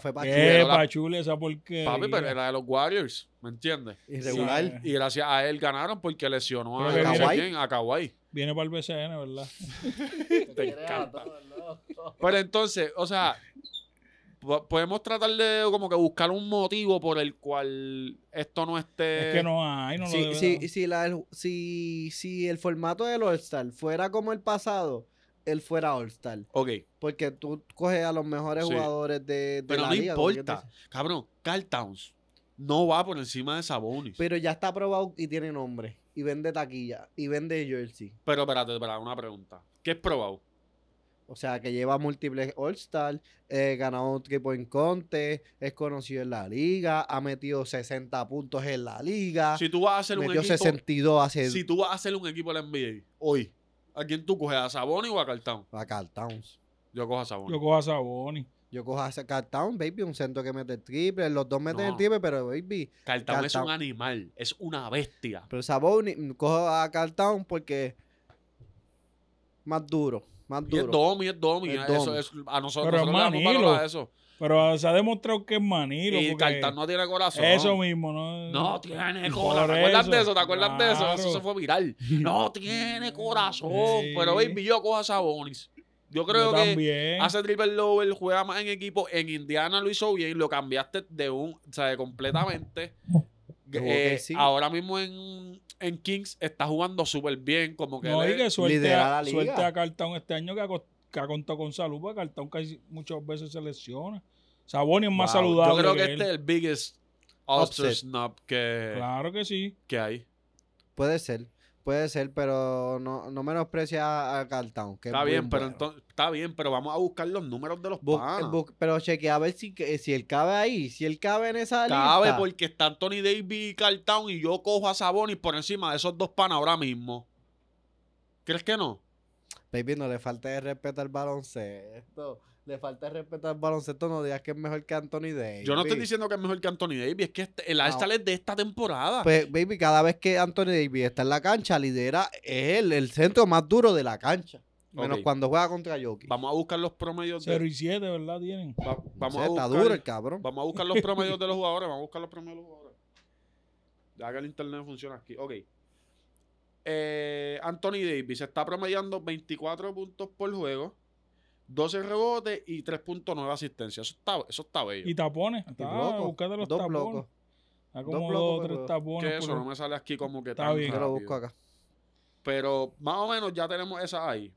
[SPEAKER 1] Pachulia, fue
[SPEAKER 3] Eh,
[SPEAKER 1] Pachulia.
[SPEAKER 2] Pero la-
[SPEAKER 3] Pachule, esa porque.
[SPEAKER 2] Papi, pero era de los Warriors, ¿me entiendes?
[SPEAKER 1] Irregular.
[SPEAKER 3] Sí.
[SPEAKER 2] Y gracias a él ganaron porque lesionó a,
[SPEAKER 3] Creo que
[SPEAKER 2] no sé
[SPEAKER 1] Kawhi.
[SPEAKER 2] quién, a Kawhi.
[SPEAKER 3] Viene para el BCN, ¿verdad?
[SPEAKER 2] Te encanta. Pero entonces, o sea, po- podemos tratar de como que buscar un motivo por el cual esto no esté.
[SPEAKER 3] es que no hay, no lo
[SPEAKER 1] Si,
[SPEAKER 3] debe
[SPEAKER 1] si,
[SPEAKER 3] dar.
[SPEAKER 1] si, la- el, si, si el formato del All-Star fuera como el pasado, él fuera All-Star.
[SPEAKER 2] Ok,
[SPEAKER 1] Porque tú coges a los mejores
[SPEAKER 2] Sí.
[SPEAKER 1] jugadores de, de
[SPEAKER 2] pero
[SPEAKER 1] la
[SPEAKER 2] no
[SPEAKER 1] liga, como quien
[SPEAKER 2] importa.
[SPEAKER 1] dice.
[SPEAKER 2] Cabrón, Carl Towns no va por encima de Sabonis. Pero,
[SPEAKER 1] Pero ya está aprobado y tiene nombre. Y vende taquilla. Y vende jersey.
[SPEAKER 2] espérate, espérate, una pregunta. ¿Qué es probado?
[SPEAKER 1] O sea, que lleva múltiples All-Star. eh, ganado un triple en contest. Es conocido en la liga. Ha metido 60 puntos en la liga.
[SPEAKER 2] Si tú vas a hacer un
[SPEAKER 1] Ah, metió
[SPEAKER 2] equipo.
[SPEAKER 1] 62 hace
[SPEAKER 2] Si tú vas a hacer un equipo de la NBA hoy, ¿a quién tú coges? ¿A Sabonis o a Carl Towns?
[SPEAKER 1] a Carl Towns.
[SPEAKER 2] Yo cojo a Sabonis.
[SPEAKER 3] Yo cojo a Saboni.
[SPEAKER 1] Yo cojo a Carl Towns, baby. Un centro que mete el triple. Los dos meten
[SPEAKER 2] No.
[SPEAKER 1] el triple, pero baby.
[SPEAKER 2] Carl Towns
[SPEAKER 1] Carl
[SPEAKER 2] es un
[SPEAKER 1] Towns.
[SPEAKER 2] animal, es una bestia.
[SPEAKER 1] Pero Sabonis, mm, cojo a Carl Towns porque más duro, más
[SPEAKER 2] Y
[SPEAKER 1] duro.
[SPEAKER 2] es Domi, es Domi.
[SPEAKER 1] Es
[SPEAKER 2] eso
[SPEAKER 1] Domi.
[SPEAKER 2] es- a nosotros,
[SPEAKER 3] Pero
[SPEAKER 2] nosotros
[SPEAKER 3] es
[SPEAKER 2] le damos
[SPEAKER 3] Manilo.
[SPEAKER 2] valor a eso.
[SPEAKER 3] Pero se ha demostrado que es Manilo.
[SPEAKER 2] y
[SPEAKER 3] porque
[SPEAKER 2] Cartán no tiene corazón.
[SPEAKER 3] Eso mismo, ¿no?
[SPEAKER 2] No tiene
[SPEAKER 3] Por
[SPEAKER 2] corazón. ¿Te acuerdas
[SPEAKER 3] eso,
[SPEAKER 2] de eso? ¿Te acuerdas de eso?
[SPEAKER 3] claro.
[SPEAKER 2] Eso se fue viral. No tiene corazón.
[SPEAKER 3] Sí.
[SPEAKER 2] Pero baby, yo cojo a Sabonis. Yo
[SPEAKER 3] Yo
[SPEAKER 2] creo que
[SPEAKER 3] también.
[SPEAKER 2] hace triple double, juega más en equipo. En Indiana lo hizo bien, lo cambiaste de un, o sea, de completamente.
[SPEAKER 1] Jugó
[SPEAKER 2] Eh,
[SPEAKER 1] OKC.
[SPEAKER 2] ahora mismo en, en Kings está jugando súper bien, como que,
[SPEAKER 3] No,
[SPEAKER 2] le-
[SPEAKER 3] y que suelte
[SPEAKER 1] liderar
[SPEAKER 3] a,
[SPEAKER 1] la liga.
[SPEAKER 3] suelte a Cartón este año que ha, cos- que ha contado con salud, porque Cartón casi muchas veces se lesiona. Saboni es más
[SPEAKER 1] Wow, yo
[SPEAKER 3] saludable.
[SPEAKER 2] yo creo que
[SPEAKER 3] él.
[SPEAKER 2] este es el biggest upset
[SPEAKER 1] Upset.
[SPEAKER 2] snub que,
[SPEAKER 3] Claro que sí.
[SPEAKER 2] que hay.
[SPEAKER 1] Puede ser, puede ser, pero no, no menosprecia a Carl Towns. que es
[SPEAKER 2] Está
[SPEAKER 1] muy
[SPEAKER 2] bien, pero
[SPEAKER 1] bueno.
[SPEAKER 2] entonces, está bien, pero vamos a buscar los números de los
[SPEAKER 1] Bu-
[SPEAKER 2] panas.
[SPEAKER 1] bu- pero chequea a ver si, que- si él cabe ahí, si él cabe en esa
[SPEAKER 2] Cabe
[SPEAKER 1] lista.
[SPEAKER 2] porque está Anthony Davis y Carl Towns y yo cojo a Sabonis por encima de esos dos panas ahora mismo. ¿Crees que no?
[SPEAKER 1] Baby, no le falta el respeto al baloncesto. Le falta el respeto al baloncesto, no digas que es mejor que Anthony Davis.
[SPEAKER 2] Yo no estoy diciendo que es mejor que Anthony Davis, es que este- el All-Star es de esta temporada.
[SPEAKER 1] Pues, baby, cada vez que Anthony Davis está en la cancha, lidera es él, el centro más duro de la cancha. Menos
[SPEAKER 2] Ok.
[SPEAKER 1] cuando juega contra Jokic.
[SPEAKER 2] Vamos a buscar los promedios de.
[SPEAKER 3] 0 y 7, ¿verdad? Tienen.
[SPEAKER 2] va-
[SPEAKER 1] No sé,
[SPEAKER 2] vamos, a
[SPEAKER 1] está
[SPEAKER 2] buscar,
[SPEAKER 1] duro el cabrón.
[SPEAKER 2] vamos a buscar los promedios de los jugadores. Vamos a buscar los promedios de los jugadores. Ya que el internet funciona aquí. Ok. Eh, Anthony Davis está promediando 24 puntos por juego, 12 rebotes y 3.9 asistencias. Eso está, eso está bello.
[SPEAKER 3] Y tapones.
[SPEAKER 1] Y
[SPEAKER 3] Está,
[SPEAKER 1] blocos,
[SPEAKER 3] búscate los
[SPEAKER 1] dos
[SPEAKER 3] tapones.
[SPEAKER 1] blocos.
[SPEAKER 3] Está como
[SPEAKER 1] Dos
[SPEAKER 3] dos,
[SPEAKER 1] blocos,
[SPEAKER 3] tres
[SPEAKER 1] pero-
[SPEAKER 3] tapones.
[SPEAKER 2] que eso
[SPEAKER 3] por-
[SPEAKER 2] no me sale aquí como que
[SPEAKER 3] Está
[SPEAKER 2] tan
[SPEAKER 3] bien.
[SPEAKER 1] Yo lo
[SPEAKER 2] rápido.
[SPEAKER 1] busco acá.
[SPEAKER 2] Pero más o menos ya tenemos esa ahí.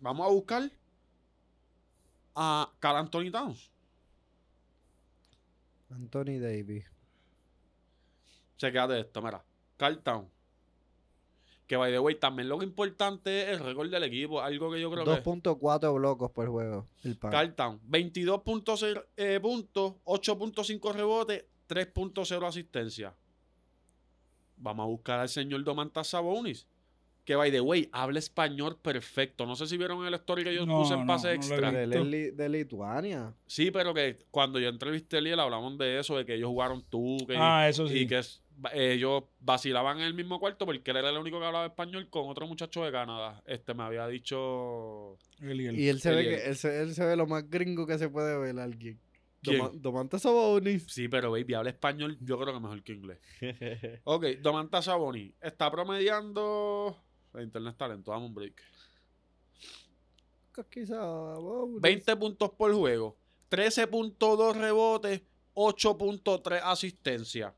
[SPEAKER 2] Vamos a buscar a Carl Anthony Towns.
[SPEAKER 1] Anthony Davis.
[SPEAKER 2] Chequéate esto, mira. Carl Towns. Que by the way, también lo que importante es el récord del equipo. Algo que yo creo que.
[SPEAKER 1] 2.4 blocos por juego. El pan.
[SPEAKER 2] Carl Towns. 22.6 eh, puntos, 8.5 rebotes, 3.0 asistencia. Vamos a buscar al señor Domantas Sabonis. Que by the way, habla español perfecto. No sé si vieron el story que yo
[SPEAKER 3] No,
[SPEAKER 2] puse en
[SPEAKER 3] no,
[SPEAKER 2] pase
[SPEAKER 3] no lo
[SPEAKER 2] extra.
[SPEAKER 3] vi.
[SPEAKER 1] Él es li- de Lituania.
[SPEAKER 2] Sí, pero que cuando yo entrevisté a Liel hablamos de eso, de que ellos jugaron tú, que
[SPEAKER 3] Ah, eso sí.
[SPEAKER 2] y que es- va- ellos vacilaban en el mismo cuarto porque él era el único que hablaba español con otro muchacho de Canadá. Este me había dicho
[SPEAKER 3] Eliel.
[SPEAKER 1] Y él se,
[SPEAKER 2] él
[SPEAKER 1] ve
[SPEAKER 2] y él.
[SPEAKER 1] que, él, se, él se ve lo más gringo que se puede ver alguien.
[SPEAKER 2] ¿Quién?
[SPEAKER 1] Doma- Domantas Sabonis.
[SPEAKER 2] Sí, pero baby, habla español, yo creo que mejor que inglés. ok, Domantas Sabonis está promediando. La internet está lento, dame un break.
[SPEAKER 1] Aquí Sabonis.
[SPEAKER 2] 20 puntos por juego, 13.2 rebotes, 8.3 asistencia.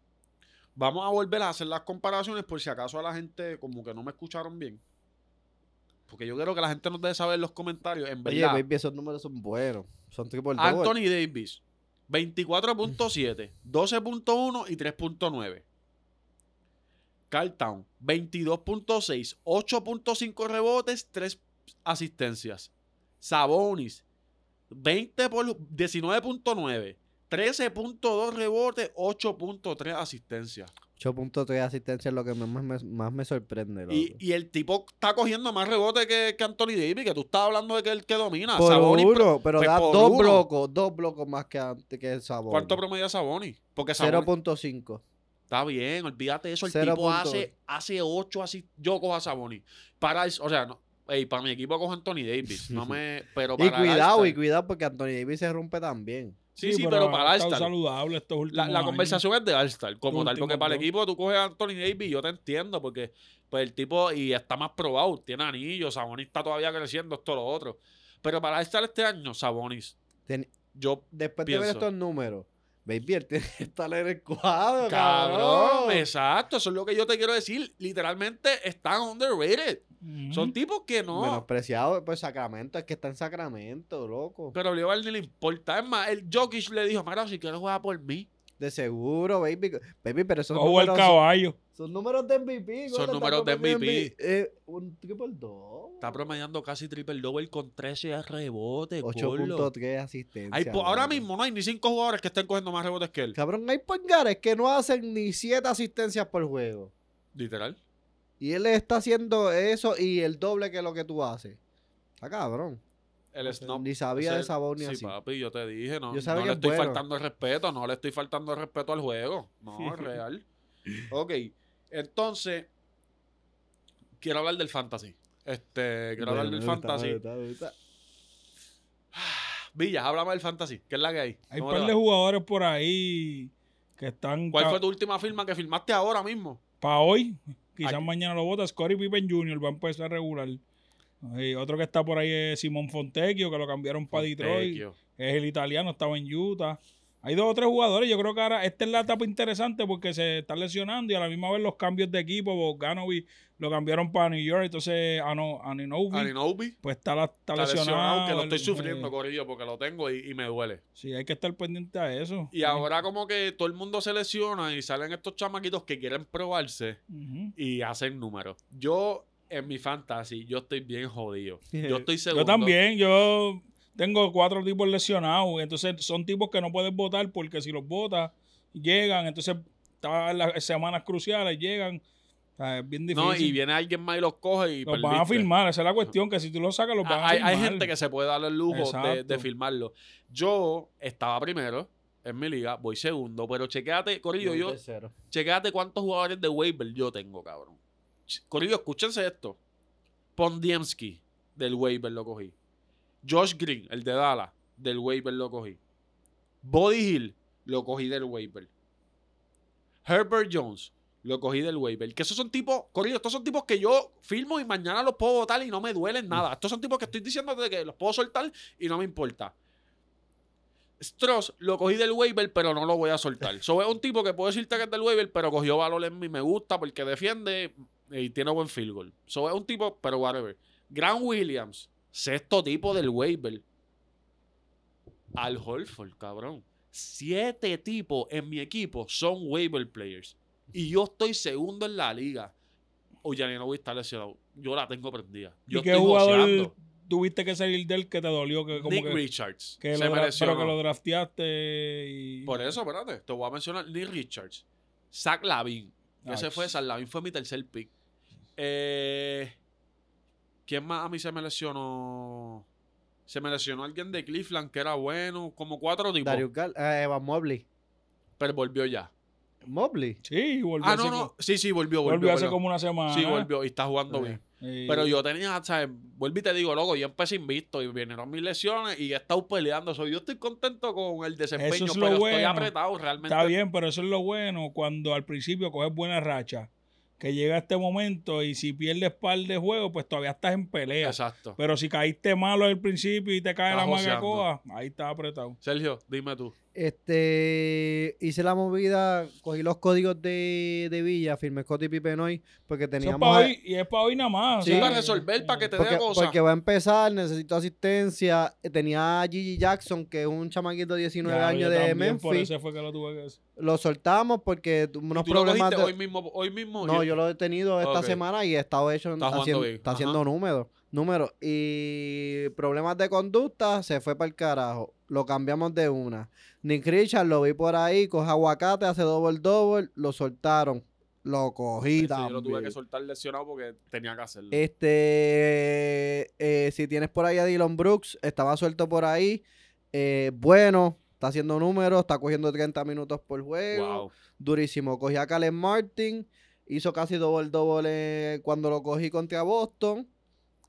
[SPEAKER 2] Vamos a volver a hacer las comparaciones por si acaso a la gente como que no me escucharon bien. Porque yo quiero que la gente nos deje saber en los comentarios. En
[SPEAKER 1] Oye,
[SPEAKER 2] verdad,
[SPEAKER 1] baby, esos números son buenos. Son triple double.
[SPEAKER 2] Anthony Davis, 24.7, 12.1 y 3.9. Carl Town, 22.6, 8.5 rebotes, 3 asistencias. Sabonis, 20 por 19.9, 13.2 rebotes, 8.3 asistencias.
[SPEAKER 1] 8.3 asistencia es lo que más, más me, más me sorprende. loco.
[SPEAKER 2] Y, y el tipo está cogiendo más rebotes que, que Anthony Davis, que tú estás hablando de que el que domina.
[SPEAKER 1] por
[SPEAKER 2] Sabonis,
[SPEAKER 1] uno, pero
[SPEAKER 2] pues
[SPEAKER 1] da
[SPEAKER 2] por
[SPEAKER 1] dos
[SPEAKER 2] uno.
[SPEAKER 1] blocos, dos blocos más que, antes que Sabonis.
[SPEAKER 2] ¿Cuánto promedia Sabonis? Porque Sabonis
[SPEAKER 1] 0.5.
[SPEAKER 2] Está bien, olvídate de eso. El
[SPEAKER 1] Cero
[SPEAKER 2] tipo
[SPEAKER 1] puntos.
[SPEAKER 2] hace, hace ocho así. Yo cojo a Sabonis. Para el- o sea, no, ey, para mi equipo cojo a Anthony Davis. No me, pero
[SPEAKER 1] Y
[SPEAKER 2] para
[SPEAKER 1] cuidado,
[SPEAKER 2] Garstar-
[SPEAKER 1] y cuidado, porque Anthony Davis se rompe también.
[SPEAKER 2] Sí, sí, pero, para
[SPEAKER 3] estar
[SPEAKER 2] Alstar.
[SPEAKER 3] saludable estos últimos
[SPEAKER 2] La, la
[SPEAKER 3] años.
[SPEAKER 2] conversación es de Alstar, como
[SPEAKER 3] Los
[SPEAKER 2] tal, porque
[SPEAKER 3] últimos
[SPEAKER 2] para el
[SPEAKER 3] dos.
[SPEAKER 2] equipo tú coges a Anthony Davis, yo te entiendo, porque pues, el tipo y está más probado, tiene anillos, Sabonis está todavía creciendo, esto, lo otro. Pero para Alstar este año, Sabonis.
[SPEAKER 1] Ten-
[SPEAKER 2] Yo,
[SPEAKER 1] Después de ver
[SPEAKER 2] Pienso.
[SPEAKER 1] estos números, baby, él tiene que estar en el cuadro,
[SPEAKER 2] cabrón,
[SPEAKER 1] cabrón.
[SPEAKER 2] exacto, eso es lo que yo te quiero decir. Literalmente están underrated.
[SPEAKER 3] Ujú.
[SPEAKER 2] Son tipos que no.
[SPEAKER 1] Menospreciado, pues Sacramento, es que está en Sacramento, loco.
[SPEAKER 2] Pero a Oliver ni le importa. Es más, el Jokic le dijo, mira, si quieres jugar por mí.
[SPEAKER 1] De seguro, baby. Baby, pero esos
[SPEAKER 3] Ojo al
[SPEAKER 1] números son,
[SPEAKER 3] caballo.
[SPEAKER 1] son números de MVP.
[SPEAKER 2] Son
[SPEAKER 1] gordo, está
[SPEAKER 2] números de
[SPEAKER 1] promediando
[SPEAKER 2] MVP.
[SPEAKER 1] Eh, un triple dos.
[SPEAKER 2] Está promediando casi triple double con 13 rebotes. gordo.
[SPEAKER 1] 8.3 asistencia.
[SPEAKER 2] este Hay po- ahora
[SPEAKER 1] loco.
[SPEAKER 2] mismo no hay ni cinco jugadores que estén cogiendo más rebotes que él.
[SPEAKER 1] Cabrón, hay pangares que no hacen ni 7 asistencias por juego.
[SPEAKER 2] Literal.
[SPEAKER 1] Y él está haciendo eso y el doble que lo que tú haces. Está cabrón.
[SPEAKER 2] El snob.
[SPEAKER 1] Ni sabía de
[SPEAKER 2] Ese-
[SPEAKER 1] sabor ni
[SPEAKER 2] sí,
[SPEAKER 1] así.
[SPEAKER 2] papi, yo te dije, no,
[SPEAKER 1] Yo sabía
[SPEAKER 2] no
[SPEAKER 1] que
[SPEAKER 2] le
[SPEAKER 1] es
[SPEAKER 2] estoy
[SPEAKER 1] bueno.
[SPEAKER 2] faltando el respeto, no le estoy faltando el respeto al juego. No, es real. Ok, entonces, quiero hablar del fantasy. Este, quiero hablar del fantasy. Villas, háblame del fantasy, ¿qué es la que hay?
[SPEAKER 3] Hay un
[SPEAKER 2] ¿Cómo te
[SPEAKER 3] par
[SPEAKER 2] va?
[SPEAKER 3] de jugadores por ahí que están
[SPEAKER 2] ¿Cuál fue tu última firma que firmaste ahora mismo?
[SPEAKER 3] para hoy. Quizás
[SPEAKER 2] Ay.
[SPEAKER 3] mañana lo vota. Scottie Pippen Jr. va a empezar a regular. Y otro que está por ahí es Simón Fontecchio, que lo cambiaron para Detroit.
[SPEAKER 2] Tecchio.
[SPEAKER 3] es el italiano, estaba en Utah. Hay dos o tres jugadores. Yo creo que ahora esta es la etapa interesante porque se está lesionando y a la misma vez los cambios de equipo. Bogdanovic lo cambiaron para New York, entonces Ano- Ananobi,
[SPEAKER 2] Ananobi.
[SPEAKER 3] pues está, la- está
[SPEAKER 2] Está lesionado,
[SPEAKER 3] lesionado.
[SPEAKER 2] que lo estoy
[SPEAKER 3] Eh,
[SPEAKER 2] sufriendo, Corillo, porque lo tengo y, y me duele.
[SPEAKER 3] Sí, hay que estar pendiente a eso.
[SPEAKER 2] Y ahora como que todo el mundo se lesiona y salen estos chamaquitos que quieren probarse
[SPEAKER 3] Ujú.
[SPEAKER 2] y hacen números. Yo, en mi fantasy, yo estoy bien jodido. Yo estoy seguro.
[SPEAKER 3] Eh, Yo también, yo tengo cuatro tipos lesionados. Entonces son tipos que no puedes votar porque si los votas, llegan. Entonces está en las semanas cruciales, llegan. O sea, es bien difícil.
[SPEAKER 2] No, y viene alguien más y los coge y
[SPEAKER 3] los van a
[SPEAKER 2] perdiste.
[SPEAKER 3] firmar, esa es la cuestión, que si tú los sacas, los van a
[SPEAKER 2] hay,
[SPEAKER 3] firmar.
[SPEAKER 2] hay gente que se puede dar el lujo de, de
[SPEAKER 3] Exacto.
[SPEAKER 2] firmarlo. Yo estaba primero en mi liga, voy segundo, pero chequéate, Corillo, yo, Chequéate cuántos jugadores de waiver yo tengo, cabrón. Ch- Corillo, escúchense esto. Pondiemski, del waiver lo cogí. Josh Green, el de Dallas, del waiver lo cogí. Body Hill, lo cogí del waiver. Herbert Jones, lo cogí del waiver. Que esos son tipos, corrido, estos son tipos que yo firmo y mañana los puedo votar y no me duelen nada. Estos son tipos que estoy diciendo de que los puedo soltar y no me importa. Stross lo cogí del waiver, pero no lo voy a soltar. So, es un tipo que puedo decirte que es del waiver, pero cogió valor en mí, me gusta porque defiende y tiene buen field goal. So, es un tipo, pero whatever. Grant Williams, sexto tipo del waiver. Al Holford, cabrón. Siete tipos en mi equipo son waiver players. Y yo estoy segundo en la liga. Oye, no voy a estar lesionado. Yo la tengo prendida. Yo
[SPEAKER 3] ¿Y qué
[SPEAKER 2] estoy
[SPEAKER 3] jugador
[SPEAKER 2] joseando.
[SPEAKER 3] tuviste que salir del que te dolió? Que, como
[SPEAKER 2] Nick
[SPEAKER 3] que,
[SPEAKER 2] Richards.
[SPEAKER 3] que
[SPEAKER 2] se
[SPEAKER 3] lo
[SPEAKER 2] me
[SPEAKER 3] dra-
[SPEAKER 2] lesionó.
[SPEAKER 3] Pero que lo drafteaste y...
[SPEAKER 2] Por eso, espérate, te voy a mencionar Nick Richards, Zach Lavin. Ese
[SPEAKER 3] Ay,
[SPEAKER 2] fue, Zach Lavin fue mi tercer pick. Eh, ¿Quién más a mí se me lesionó? Se me lesionó alguien de Cleveland que era bueno, como cuatro tipos,
[SPEAKER 1] Darius Gal, eh, Evan Mobley.
[SPEAKER 2] pero volvió ya.
[SPEAKER 1] Mobley.
[SPEAKER 3] Sí, volvió,
[SPEAKER 2] Ah,
[SPEAKER 3] hace
[SPEAKER 2] no,
[SPEAKER 3] como-
[SPEAKER 2] no, sí, sí, volvió,
[SPEAKER 3] volvió
[SPEAKER 2] volvió.
[SPEAKER 3] hace
[SPEAKER 2] volvió.
[SPEAKER 3] como una semana. Eh,
[SPEAKER 2] Sí, volvió y está jugando
[SPEAKER 1] Sí.
[SPEAKER 2] bien.
[SPEAKER 3] Sí.
[SPEAKER 2] Pero yo tenía, ¿sabes? Vuelvo y te digo, loco, yo empecé invicto y vinieron mis lesiones y he estado peleando. So, yo estoy contento con el desempeño,
[SPEAKER 3] es lo
[SPEAKER 2] pero estoy
[SPEAKER 3] bueno.
[SPEAKER 2] apretado realmente.
[SPEAKER 3] Está bien, pero eso es lo bueno cuando al principio coges buena racha. Que llega este momento y si pierdes par de juegos, pues todavía estás en pelea.
[SPEAKER 2] Exacto.
[SPEAKER 3] Pero si caíste malo al principio y te cae
[SPEAKER 2] Estás
[SPEAKER 3] la
[SPEAKER 2] joseando.
[SPEAKER 3] magacoa, ahí estás apretado.
[SPEAKER 2] Sergio, dime tú.
[SPEAKER 1] Este, hice la movida, cogí los códigos de, de Villa, firmé Scottie Pippen hoy, porque
[SPEAKER 3] Eso es
[SPEAKER 1] teníamos...
[SPEAKER 3] para
[SPEAKER 1] a-
[SPEAKER 3] hoy, y es para hoy nada más.
[SPEAKER 1] Sí,
[SPEAKER 3] o sea,
[SPEAKER 2] para resolver, para que te dé
[SPEAKER 1] porque,
[SPEAKER 2] cosa.
[SPEAKER 1] porque va a empezar, necesito asistencia. Tenía a Gigi Jackson, que es un chamaquito de 19
[SPEAKER 3] Ya, yo
[SPEAKER 1] años de
[SPEAKER 3] también, Por
[SPEAKER 1] Memphis.
[SPEAKER 3] eso fue que lo tuve que hacer.
[SPEAKER 1] Lo soltamos porque tu- unos
[SPEAKER 2] ¿Tú lo
[SPEAKER 1] problemas... de-
[SPEAKER 2] cogiste hoy mismo? Hoy mismo
[SPEAKER 1] No, yo lo he tenido esta
[SPEAKER 2] Ok.
[SPEAKER 1] semana y he estado hecho
[SPEAKER 2] Está jugando
[SPEAKER 1] haciendo,
[SPEAKER 2] bien.
[SPEAKER 1] está
[SPEAKER 2] Ajá.
[SPEAKER 1] haciendo números, números. Y problemas de conducta se fue para el carajo. Lo cambiamos de una. Nick Richards lo vi por ahí, coge aguacate, hace double double, lo soltaron. Lo cogí
[SPEAKER 2] Este, yo lo tuve
[SPEAKER 1] también. Eh,
[SPEAKER 2] que soltar lesionado porque tenía que hacerlo.
[SPEAKER 1] Este, eh, si tienes por ahí a Dylan Brooks, estaba suelto por ahí. Eh, bueno, está haciendo números, está cogiendo 30 minutos por juego
[SPEAKER 2] wow.
[SPEAKER 1] durísimo. Cogí a Calen Martin, hizo casi doble doble cuando lo cogí contra Boston.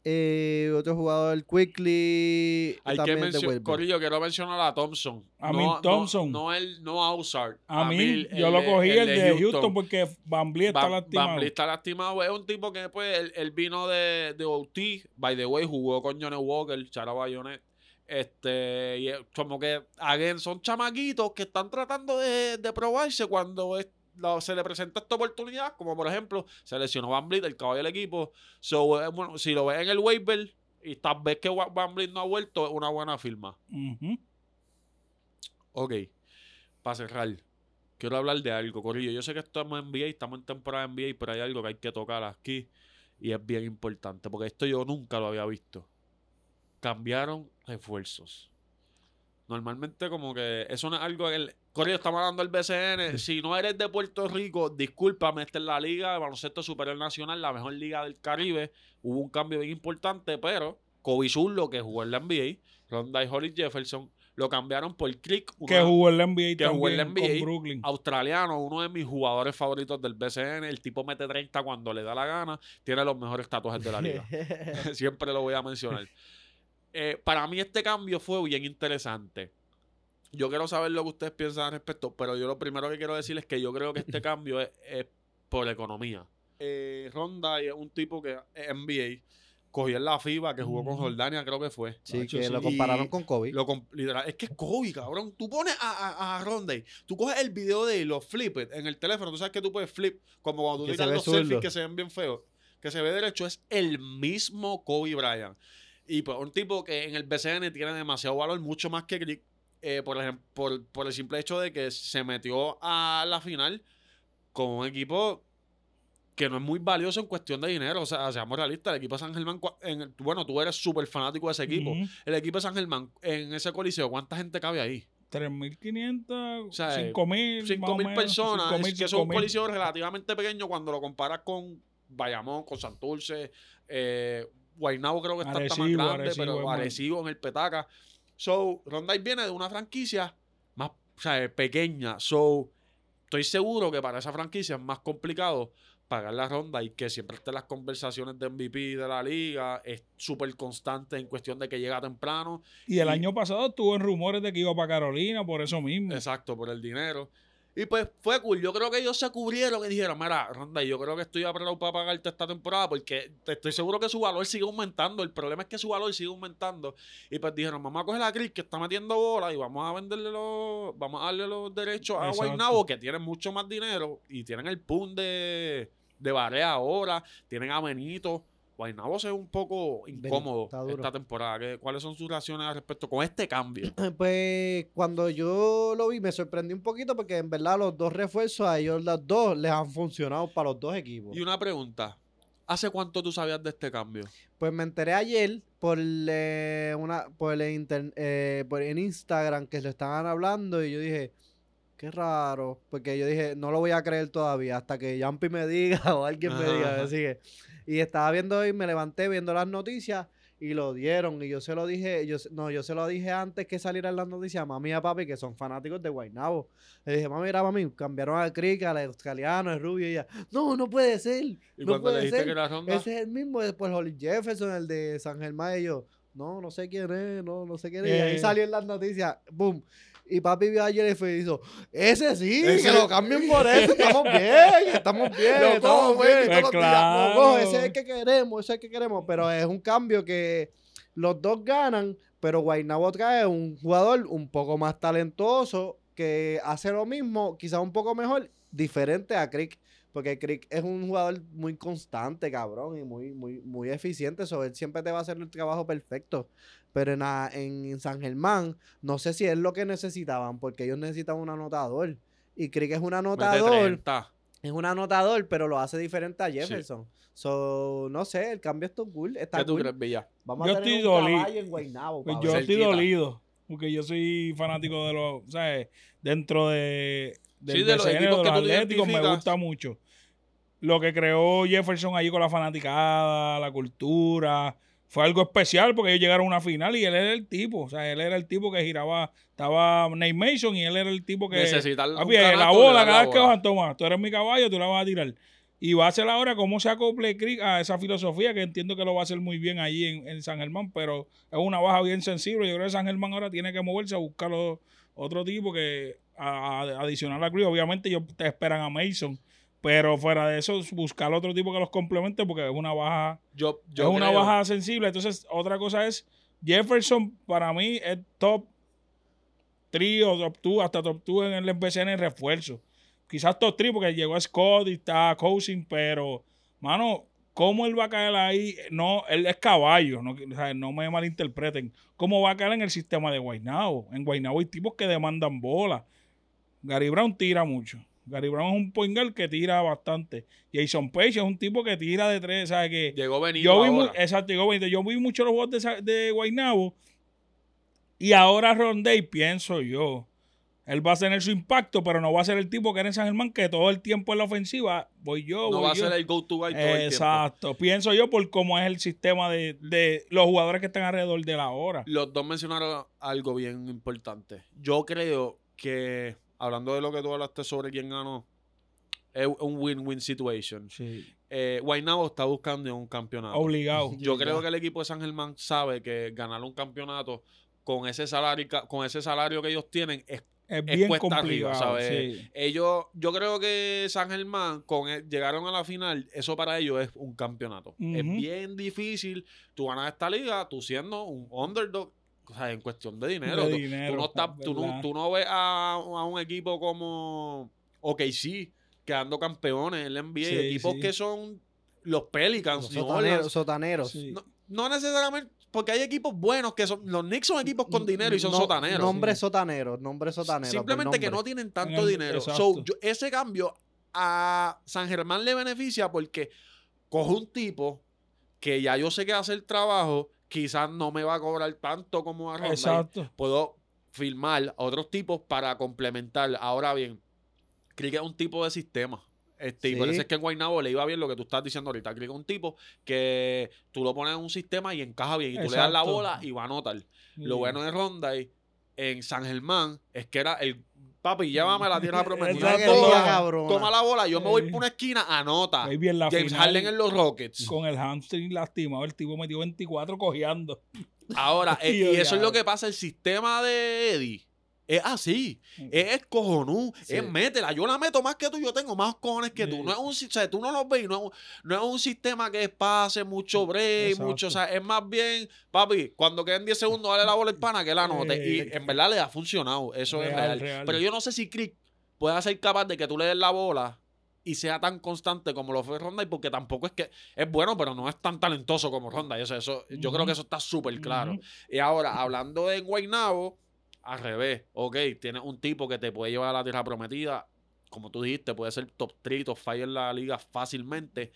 [SPEAKER 1] Eh, otro jugador, Quickly,
[SPEAKER 2] Hay que
[SPEAKER 1] también de
[SPEAKER 2] mencionar,
[SPEAKER 1] Wilbur.
[SPEAKER 2] Corillo, quiero mencionar a Thompson.
[SPEAKER 3] A
[SPEAKER 2] No-
[SPEAKER 3] mí
[SPEAKER 2] no-
[SPEAKER 3] Thompson.
[SPEAKER 2] No, el, no Ausart.
[SPEAKER 3] A mí,
[SPEAKER 2] mí,
[SPEAKER 3] yo
[SPEAKER 2] el
[SPEAKER 3] lo
[SPEAKER 2] de-
[SPEAKER 3] cogí el, de Houston, porque Van Vliet está
[SPEAKER 2] Van-
[SPEAKER 3] lastimado.
[SPEAKER 2] Van Vliet está lastimado. Es un tipo que pues, él, él vino de, de OT. By the way, jugó con Johnny Walker, Chara Bayonet. Este, y es como que, again, son chamaquitos que están tratando de, de probarse cuando es- la- se le presenta esta oportunidad. Como por ejemplo, se lesionó Van Vliet, el caballo del equipo. So, eh, bueno, si lo ves en el waiver y tal vez que Wa- Van Vliet no ha vuelto, es una buena firma.
[SPEAKER 3] Ujú.
[SPEAKER 2] Ok, para cerrar, quiero hablar de algo, Corillo. Yo sé que estamos en NBA, estamos en temporada de NBA, pero hay algo que hay que tocar aquí y es bien importante, porque esto yo nunca lo había visto. Cambiaron refuerzos. Normalmente como que eso no es algo que... el- Corillo, estamos hablando del BCN. Si no eres de Puerto Rico, discúlpame, esta es la liga de baloncesto superior nacional, la mejor liga del Caribe. Hubo un cambio bien importante, pero Kobe Zurlo, que jugó en la NBA, Ronda y Hollis Jefferson, lo cambiaron por Crick, uno
[SPEAKER 3] Que
[SPEAKER 2] de-
[SPEAKER 3] jugó el NBA
[SPEAKER 2] que jugó en la
[SPEAKER 3] también
[SPEAKER 2] NBA.
[SPEAKER 3] con Brooklyn.
[SPEAKER 2] australiano, uno de mis jugadores favoritos del BCN. El tipo mete 30 cuando le da la gana. Tiene los mejores tatuajes de la liga. Siempre lo voy a mencionar. Eh, para mí este cambio fue bien interesante. Yo quiero saber lo que ustedes piensan al respecto, pero yo lo primero que quiero decir es que yo creo que este cambio es, es por economía. Eh, Ronda es un tipo que eh, es NBA cogió en la FIBA, que jugó con
[SPEAKER 3] Ujú.
[SPEAKER 2] Jordania, creo que fue.
[SPEAKER 1] Sí,
[SPEAKER 3] Nacho,
[SPEAKER 1] que
[SPEAKER 3] sí.
[SPEAKER 1] lo compararon
[SPEAKER 2] Y
[SPEAKER 1] con Kobe.
[SPEAKER 2] lo com- literal, es que es Kobe, cabrón. Tú pones a, a, a Rondé, tú coges el video de él, lo flippes en el teléfono. Tú sabes que tú puedes flip, como cuando tú
[SPEAKER 1] Que se
[SPEAKER 2] tiras
[SPEAKER 1] ve
[SPEAKER 2] los
[SPEAKER 1] zurdo.
[SPEAKER 2] selfies que se ven bien feos, que se ve derecho, es el mismo Kobe Bryant. Y pues un tipo que en el BCN tiene demasiado valor, mucho más que Crick, eh, por, ejem- por, por el simple hecho de que se metió a la final con un equipo que no es muy valioso en cuestión de dinero. O sea, seamos realistas, el equipo de San Germán, cua- en el- bueno, tú eres súper fanático de ese equipo.
[SPEAKER 3] Ujú.
[SPEAKER 2] El equipo de San Germán, en ese coliseo, ¿cuánta gente cabe ahí?
[SPEAKER 3] 3.500,
[SPEAKER 2] O sea,
[SPEAKER 3] 5.000.
[SPEAKER 2] 5.000 personas, es que es un
[SPEAKER 3] policías
[SPEAKER 2] coliseo relativamente pequeño cuando lo comparas con Bayamón, con Santurce, eh, Guaynabo creo que está hasta más
[SPEAKER 3] Arecibo,
[SPEAKER 2] grande,
[SPEAKER 3] Arecibo es
[SPEAKER 2] pero
[SPEAKER 3] más-
[SPEAKER 2] Arecibo en el Petaca. eh, So, Rondai viene de una franquicia más o sea, pequeña. So, Estoy seguro que para esa franquicia es más complicado pagar la ronda y que siempre estén las conversaciones de MVP de la liga, es súper constante en cuestión de que llega temprano,
[SPEAKER 3] Y el
[SPEAKER 2] Y-
[SPEAKER 3] año pasado estuvo en rumores de que iba para Carolina, por eso mismo.
[SPEAKER 2] Exacto, por el dinero. Y pues fue cool. Yo creo que ellos se cubrieron y dijeron, mira, Ronda, yo creo que estoy apretado para pagarte esta temporada porque te estoy seguro que su valor sigue aumentando. El problema es que su valor sigue aumentando. Y pues dijeron, vamos a coger a Chris que está metiendo bola y vamos a venderle los, vamos a darle los derechos a
[SPEAKER 3] Exacto.
[SPEAKER 2] Guaynabo que tienen mucho más dinero y tienen el pun de, de Barea ahora, tienen a Benito. Guaynabo se ve un poco incómodo
[SPEAKER 1] está duro.
[SPEAKER 2] esta temporada. ¿Qué- ¿Cuáles son sus reacciones al respecto con este cambio?
[SPEAKER 1] Pues cuando yo lo vi me sorprendí un poquito porque en verdad los dos refuerzos a ellos los dos les han funcionado para los dos equipos.
[SPEAKER 2] Y una pregunta. ¿Hace cuánto tú sabías de este cambio?
[SPEAKER 1] Pues me enteré ayer por eh, una por el inter- eh, por en Instagram que lo estaban hablando y yo dije, qué raro, porque yo dije, no lo voy a creer todavía hasta que Yampi me diga o alguien me diga,
[SPEAKER 2] Ajá.
[SPEAKER 1] así que y estaba viendo y me levanté viendo las noticias y lo dieron y yo se lo dije, yo se- no, yo se lo dije antes que salieran las noticias a mami y a papi que son fanáticos de Guaynabo. Le dije, mami, mira, mami, cambiaron a Crick, al australiano, el rubio y ella, no, no puede ser.
[SPEAKER 2] Y
[SPEAKER 1] no
[SPEAKER 2] cuando le
[SPEAKER 1] puede
[SPEAKER 2] dijiste
[SPEAKER 1] ser.
[SPEAKER 2] que era ronda.
[SPEAKER 1] Ese es el mismo de pues, Holly Jefferson, el de San Germán. Y yo, no, no sé quién es, no, no sé quién es. Y ahí
[SPEAKER 3] Eh.
[SPEAKER 1] salió en las noticias, boom. Y papi vio ayer y fue y hizo, ese sí,
[SPEAKER 2] Ese-
[SPEAKER 1] que lo cambien por eso, estamos bien, estamos bien,
[SPEAKER 2] Lo
[SPEAKER 1] estamos
[SPEAKER 2] cojo,
[SPEAKER 1] bien. todos los
[SPEAKER 2] baby,
[SPEAKER 1] días, lo
[SPEAKER 3] pues, claro.
[SPEAKER 1] cojo, ese es el que queremos, ese es el que queremos. Pero es un cambio que los dos ganan, pero Guaynabo trae un jugador un poco más talentoso que hace lo mismo, quizás un poco mejor, diferente a Crick. Porque Crick es un jugador muy constante, cabrón, y muy, muy, muy eficiente. Sobre él siempre te va a hacer el trabajo perfecto. Pero en, la- en San Germán, no sé si es lo que necesitaban, porque ellos necesitan un anotador. Y Crick es un
[SPEAKER 2] Mete
[SPEAKER 1] anotador,
[SPEAKER 2] 30.
[SPEAKER 1] es un anotador, pero lo hace diferente a Jefferson. So, no sé, el cambio está cool. Está
[SPEAKER 2] ¿Qué tú
[SPEAKER 1] cool.
[SPEAKER 2] crees, Villa?
[SPEAKER 1] Vamos
[SPEAKER 3] Yo
[SPEAKER 1] a tener
[SPEAKER 3] estoy
[SPEAKER 1] un
[SPEAKER 3] dolido.
[SPEAKER 1] caballo en Guaynabo,
[SPEAKER 3] Pues
[SPEAKER 1] pa'
[SPEAKER 3] yo
[SPEAKER 1] ver.
[SPEAKER 3] estoy
[SPEAKER 2] Cerquita.
[SPEAKER 3] dolido, porque yo soy fanático de los, ¿sabes? Dentro de, del
[SPEAKER 2] Sí, de los
[SPEAKER 3] BCN,
[SPEAKER 2] equipos que tú te
[SPEAKER 3] Atléticos, me
[SPEAKER 2] identificas.
[SPEAKER 3] gusta mucho. Lo que creó Jefferson allí con la fanaticada, la cultura, fue algo especial porque ellos llegaron a una final y él era el tipo, o sea, él era el tipo que giraba, estaba Nate Mason y él era el tipo que...
[SPEAKER 2] Necesitar un
[SPEAKER 3] Papi, Ah, pues, la
[SPEAKER 2] canasto, le das
[SPEAKER 3] bola, cada vez que
[SPEAKER 2] bola.
[SPEAKER 3] vas a tomar, tú eres mi caballo, tú la vas a tirar. Y va a ser ahora cómo se acople Crick a esa filosofía, que entiendo que lo va a hacer muy bien allí en, en San Germán, pero es una baja bien sensible. Yo creo que San Germán ahora tiene que moverse a buscar los- otro tipo que a- a- adicional a Crick. Obviamente ellos te esperan a Mason, pero fuera de eso, buscar otro tipo que los complemente porque es una baja
[SPEAKER 2] Yo, yo
[SPEAKER 3] es una
[SPEAKER 2] creo-
[SPEAKER 3] bajada sensible. Entonces, otra cosa es, Jefferson para mí es top 3 o top 2, hasta top 2 en el BCN en refuerzo. Quizás top 3 porque llegó Scott y está coaching, pero, mano, ¿cómo él va a caer ahí? No, él es caballo, no, o sea, no me malinterpreten. ¿Cómo va a caer en el sistema de Guaynabo? En Guaynabo hay tipos que demandan bola. Gary Brown tira mucho. Gary Brown es un point guard que tira bastante. Jason Page es un tipo que tira de tres, ¿sabes qué?
[SPEAKER 2] Llegó Benito
[SPEAKER 3] yo vi, eh, mu-
[SPEAKER 2] ahora.
[SPEAKER 3] exacto, yo vi- yo vi mucho los juegos de, Sa- de Guaynabo y ahora Rondé, pienso yo, él va a tener su impacto, pero no va a ser el tipo que era en San Germán, que todo el tiempo en la ofensiva, voy yo,
[SPEAKER 2] no
[SPEAKER 3] voy
[SPEAKER 2] va a
[SPEAKER 3] yo.
[SPEAKER 2] ser el go-to guy todo el tiempo.
[SPEAKER 3] Exacto, pienso yo por cómo es el sistema de, de los jugadores que están alrededor de la hora.
[SPEAKER 2] Los dos mencionaron algo bien importante. Yo creo que, hablando de lo que tú hablaste sobre quién ganó, es un win-win situation. Eh, Guaynabo está buscando un campeonato.
[SPEAKER 3] Obligado.
[SPEAKER 2] Yo creo que el equipo de San Germán sabe que ganar un campeonato con ese salario, con ese salario que ellos tienen es
[SPEAKER 3] Es
[SPEAKER 2] es
[SPEAKER 3] bien
[SPEAKER 2] cuesta
[SPEAKER 3] complicado.
[SPEAKER 2] arriba, ¿sabes?
[SPEAKER 3] sí.
[SPEAKER 2] Ellos, yo creo que San Germán, con el- llegaron a la final, eso para ellos es un campeonato. Es
[SPEAKER 3] Ujú.
[SPEAKER 2] bien difícil. Tú ganas esta liga, tú siendo un underdog, o sea, en cuestión de dinero.
[SPEAKER 3] De
[SPEAKER 2] tú-
[SPEAKER 3] dinero,
[SPEAKER 2] tú, no estás-
[SPEAKER 3] es
[SPEAKER 2] tú no-
[SPEAKER 3] verdad.
[SPEAKER 2] tú no ves a, a un equipo como OKC quedando campeones en la NBA.
[SPEAKER 3] Sí,
[SPEAKER 2] equipos
[SPEAKER 3] sí.
[SPEAKER 2] que son los Pelicans,
[SPEAKER 1] Los
[SPEAKER 2] New
[SPEAKER 1] sotaneros.
[SPEAKER 2] Orleans.
[SPEAKER 1] sotaneros.
[SPEAKER 3] Sí.
[SPEAKER 2] No, no necesariamente, porque hay equipos buenos que son. Los Knicks son equipos con dinero y son
[SPEAKER 1] No-
[SPEAKER 2] sotaneros.
[SPEAKER 1] Nombres sotaneros, nombres sotaneros. por
[SPEAKER 2] Simplemente que
[SPEAKER 1] nombre.
[SPEAKER 2] no tienen tanto
[SPEAKER 3] Tengan-
[SPEAKER 2] dinero.
[SPEAKER 3] exacto.
[SPEAKER 2] So, yo- ese cambio a San Germán le beneficia porque coge un tipo que ya yo sé que hace el trabajo, quizás no me va a cobrar tanto como a Ronda.
[SPEAKER 3] Exacto.
[SPEAKER 2] Puedo firmar a otros tipos para complementar. Ahora bien, Crick es un tipo de sistema. Este, Y
[SPEAKER 1] Sí.
[SPEAKER 2] parece que en Guaynabo le iba bien lo que tú estás diciendo ahorita. Crick es un tipo que tú lo pones en un sistema y encaja bien. Y tú le das la
[SPEAKER 3] Exacto.
[SPEAKER 2] bola y va a anotar. Lo bueno de Ronda y en San Germán es que era el, pa- Papi, llévame la tierra prometida.
[SPEAKER 3] Exacto.
[SPEAKER 2] Toma,
[SPEAKER 3] Toma,
[SPEAKER 1] cabrona.
[SPEAKER 2] toma la bola, yo me voy
[SPEAKER 3] Sí.
[SPEAKER 2] por una esquina, anota.
[SPEAKER 3] Baby, en la
[SPEAKER 2] James
[SPEAKER 3] final,
[SPEAKER 2] Harden en los Rockets.
[SPEAKER 3] Con el hamstring lastimado, el tipo metió 24 cojeando.
[SPEAKER 2] Ahora, eh,
[SPEAKER 3] Y
[SPEAKER 2] y
[SPEAKER 3] yo,
[SPEAKER 2] eso es lo
[SPEAKER 3] diablo.
[SPEAKER 2] que pasa, el sistema de Eddie. Es así, es cojonú,
[SPEAKER 1] Sí.
[SPEAKER 2] es métela. Yo la meto más que tú, yo tengo más cojones que tú.
[SPEAKER 3] Sí.
[SPEAKER 2] No es un, si- o sea, tú no los ves, y no es un, no es un sistema que es pase, mucho break,
[SPEAKER 3] Mm, Exacto.
[SPEAKER 2] mucho, o sea, es más bien, papi, cuando queden 10 segundos, dale la bola al pana que la anote.
[SPEAKER 3] Eh,
[SPEAKER 2] y en verdad le ha funcionado, eso es
[SPEAKER 3] real,
[SPEAKER 2] real.
[SPEAKER 3] real.
[SPEAKER 2] Pero yo no sé si Crick pueda ser capaz de que tú le des la bola y sea tan constante como lo fue Ronda, porque tampoco es que es bueno, pero no es tan talentoso como Ronda. eso, yo creo
[SPEAKER 3] Ujú.
[SPEAKER 2] que eso está súper Mm, claro.
[SPEAKER 3] Ujú.
[SPEAKER 2] Y ahora, hablando de Guaynabo, al revés. Ok, tienes un tipo que te puede llevar a la tierra prometida. Como tú dijiste, puede ser top 3, top 5 en la liga fácilmente.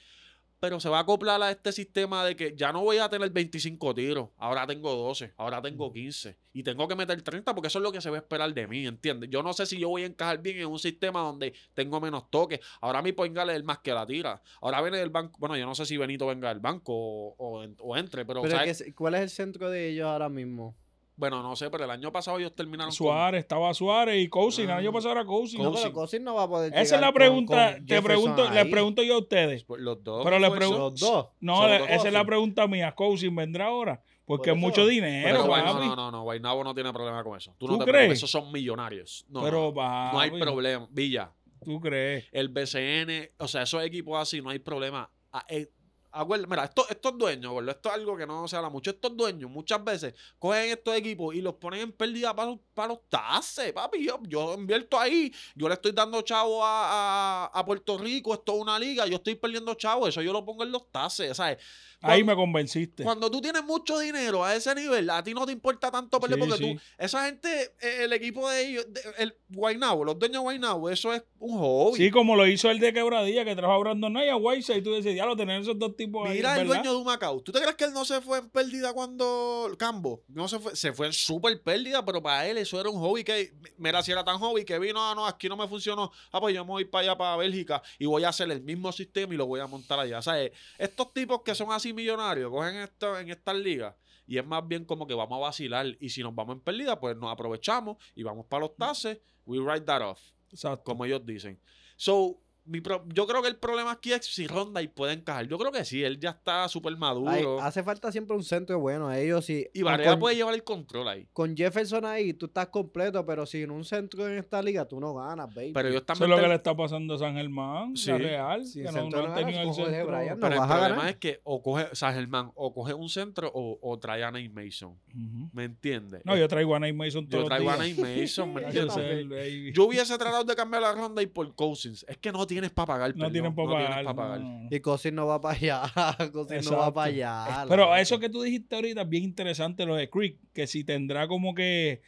[SPEAKER 2] Pero se va a acoplar a este sistema de que ya no voy a tener 25 tiros. Ahora tengo 12, ahora tengo 15. Y tengo que meter 30 porque eso es lo que se va a esperar de mí, ¿entiendes? Yo no sé si yo voy a encajar bien en un sistema donde tengo menos toques. Ahora mi Poingal es el más que la tira. Ahora viene del banco. Bueno, yo no sé si Benito venga del banco o, o en- o entre, pero,
[SPEAKER 1] Pero
[SPEAKER 2] ¿sabes?
[SPEAKER 1] es que- ¿cuál es el centro de ellos ahora mismo?
[SPEAKER 2] Bueno, no sé, pero el año pasado ellos terminaron
[SPEAKER 3] Suárez, estaba Suárez y Cousin.
[SPEAKER 2] Ah.
[SPEAKER 3] El año pasado era Cousin.
[SPEAKER 1] No,
[SPEAKER 2] Cousins.
[SPEAKER 1] pero Cousins no va a poder
[SPEAKER 3] Esa es
[SPEAKER 1] llegar
[SPEAKER 3] la
[SPEAKER 1] con-
[SPEAKER 3] pregunta.
[SPEAKER 1] con
[SPEAKER 3] te
[SPEAKER 1] Jefferson
[SPEAKER 3] pregunto, les
[SPEAKER 1] ahí.
[SPEAKER 3] pregunto yo a ustedes.
[SPEAKER 2] con los dos.
[SPEAKER 3] Pero le
[SPEAKER 2] fue eso.
[SPEAKER 3] pregunto-
[SPEAKER 1] Los dos.
[SPEAKER 3] No,
[SPEAKER 2] Son
[SPEAKER 3] la-
[SPEAKER 2] dos
[SPEAKER 3] esa es la
[SPEAKER 1] Cousins.
[SPEAKER 3] pregunta mía. Cousin vendrá ahora. Porque
[SPEAKER 1] Por
[SPEAKER 3] es
[SPEAKER 1] eso.
[SPEAKER 3] mucho dinero,
[SPEAKER 2] Pero
[SPEAKER 3] papi.
[SPEAKER 2] Guaynabo-
[SPEAKER 3] Pero,
[SPEAKER 2] no, no, no, Guaynabo no tiene problema con eso. Tú, no
[SPEAKER 3] ¿Tú
[SPEAKER 2] te
[SPEAKER 3] crees?
[SPEAKER 2] preocupes, esos son millonarios. No, no, no hay
[SPEAKER 3] papi,
[SPEAKER 2] problema. Villa,
[SPEAKER 3] ¿Tú crees?
[SPEAKER 2] el BCN, o sea, esos equipos así, no hay problema. Ah, eh, acuérdate, mira, esto- estos dueños, boludo, esto es algo que no se habla mucho. Estos dueños muchas veces cogen estos equipos y los ponen en pérdida para, los tases, papi. Yo, yo invierto ahí, yo le estoy dando chavo a, a- a Puerto Rico, esto es una liga, yo estoy perdiendo chavo, eso yo lo pongo en los tases, ¿sabes?
[SPEAKER 3] Ahí me convenciste.
[SPEAKER 2] Cuando tú tienes mucho dinero a ese nivel, a ti no te importa tanto perder
[SPEAKER 3] Sí,
[SPEAKER 2] porque
[SPEAKER 3] sí.
[SPEAKER 2] tú, esa gente, eh, el equipo de ellos, de- el Guaynabo, los dueños de Guaynabo, eso es un hobby.
[SPEAKER 3] Sí, como lo hizo el de Quebradilla, que trajo a Brandon Knight y a Whiteside. Y tú decías, ya lo tener esos dos tipos ahí.
[SPEAKER 2] Mira el
[SPEAKER 3] ¿verdad?
[SPEAKER 2] dueño de Humacao. ¿Tú te crees que él no se fue en pérdida cuando Cambo? No se fue, se fue en súper pérdida, pero para él eso era un hobby que, mira, si era tan hobby que vino, ah, no, aquí no me funcionó. Ah, pues yo me voy para allá, para Bélgica, y voy a hacer el mismo sistema y lo voy a montar allá. O sea, eh, estos tipos que son así millonarios, cogen esto en estas ligas. Y es más bien como que vamos a vacilar. Y si nos vamos en pérdida, pues nos aprovechamos y vamos para los tases. We write that off
[SPEAKER 3] Mm. Exacto.
[SPEAKER 2] como ellos dicen. So, mi pro- yo creo que el problema aquí es si Ronda y puede encajar. Yo creo que sí, él ya está súper
[SPEAKER 1] Ay,
[SPEAKER 2] maduro.
[SPEAKER 1] hace falta siempre un centro bueno. a Ellos sí.
[SPEAKER 2] y Varela
[SPEAKER 1] con-
[SPEAKER 2] puede llevar el control ahí.
[SPEAKER 1] Con Jefferson ahí, tú estás completo, pero sin un centro en esta liga, tú no ganas, baby.
[SPEAKER 2] Pero ellos
[SPEAKER 3] Eso es
[SPEAKER 2] también.
[SPEAKER 3] lo que le está pasando a San Germán,
[SPEAKER 2] Sí.
[SPEAKER 3] la Real,
[SPEAKER 1] Si
[SPEAKER 3] que
[SPEAKER 1] el
[SPEAKER 3] no,
[SPEAKER 1] centro
[SPEAKER 3] no
[SPEAKER 1] no
[SPEAKER 3] han
[SPEAKER 1] gana,
[SPEAKER 3] tenido el
[SPEAKER 1] cojo de
[SPEAKER 3] centro.
[SPEAKER 1] Bryant, no
[SPEAKER 2] pero el
[SPEAKER 1] vas a
[SPEAKER 2] problema
[SPEAKER 1] ganar.
[SPEAKER 2] es que o coge San Germán, o coge un centro o, o trae a Nate Mason.
[SPEAKER 3] Ujú.
[SPEAKER 2] ¿Me entiendes?
[SPEAKER 3] No, yo traigo a Nate Mason
[SPEAKER 2] Yo
[SPEAKER 3] todos los
[SPEAKER 2] traigo a
[SPEAKER 3] días.
[SPEAKER 2] Nate Mason. ¿me
[SPEAKER 1] Yo
[SPEAKER 3] Yo
[SPEAKER 2] entiendes?
[SPEAKER 3] sé,
[SPEAKER 1] también.
[SPEAKER 3] el baby.
[SPEAKER 2] Yo hubiese tratado de cambiar la ronda y por Cousins. Es que no tienes para pagar.
[SPEAKER 3] no
[SPEAKER 2] perdón,
[SPEAKER 3] tienen para pagar.
[SPEAKER 2] pa'
[SPEAKER 3] no, no, no.
[SPEAKER 1] Y Cosin no va para allá. Cosin no va
[SPEAKER 3] Exacto.
[SPEAKER 1] para allá.
[SPEAKER 3] Eh, Pero
[SPEAKER 1] loco.
[SPEAKER 3] eso que tú dijiste ahorita es bien interesante lo de Creek, que si tendrá como que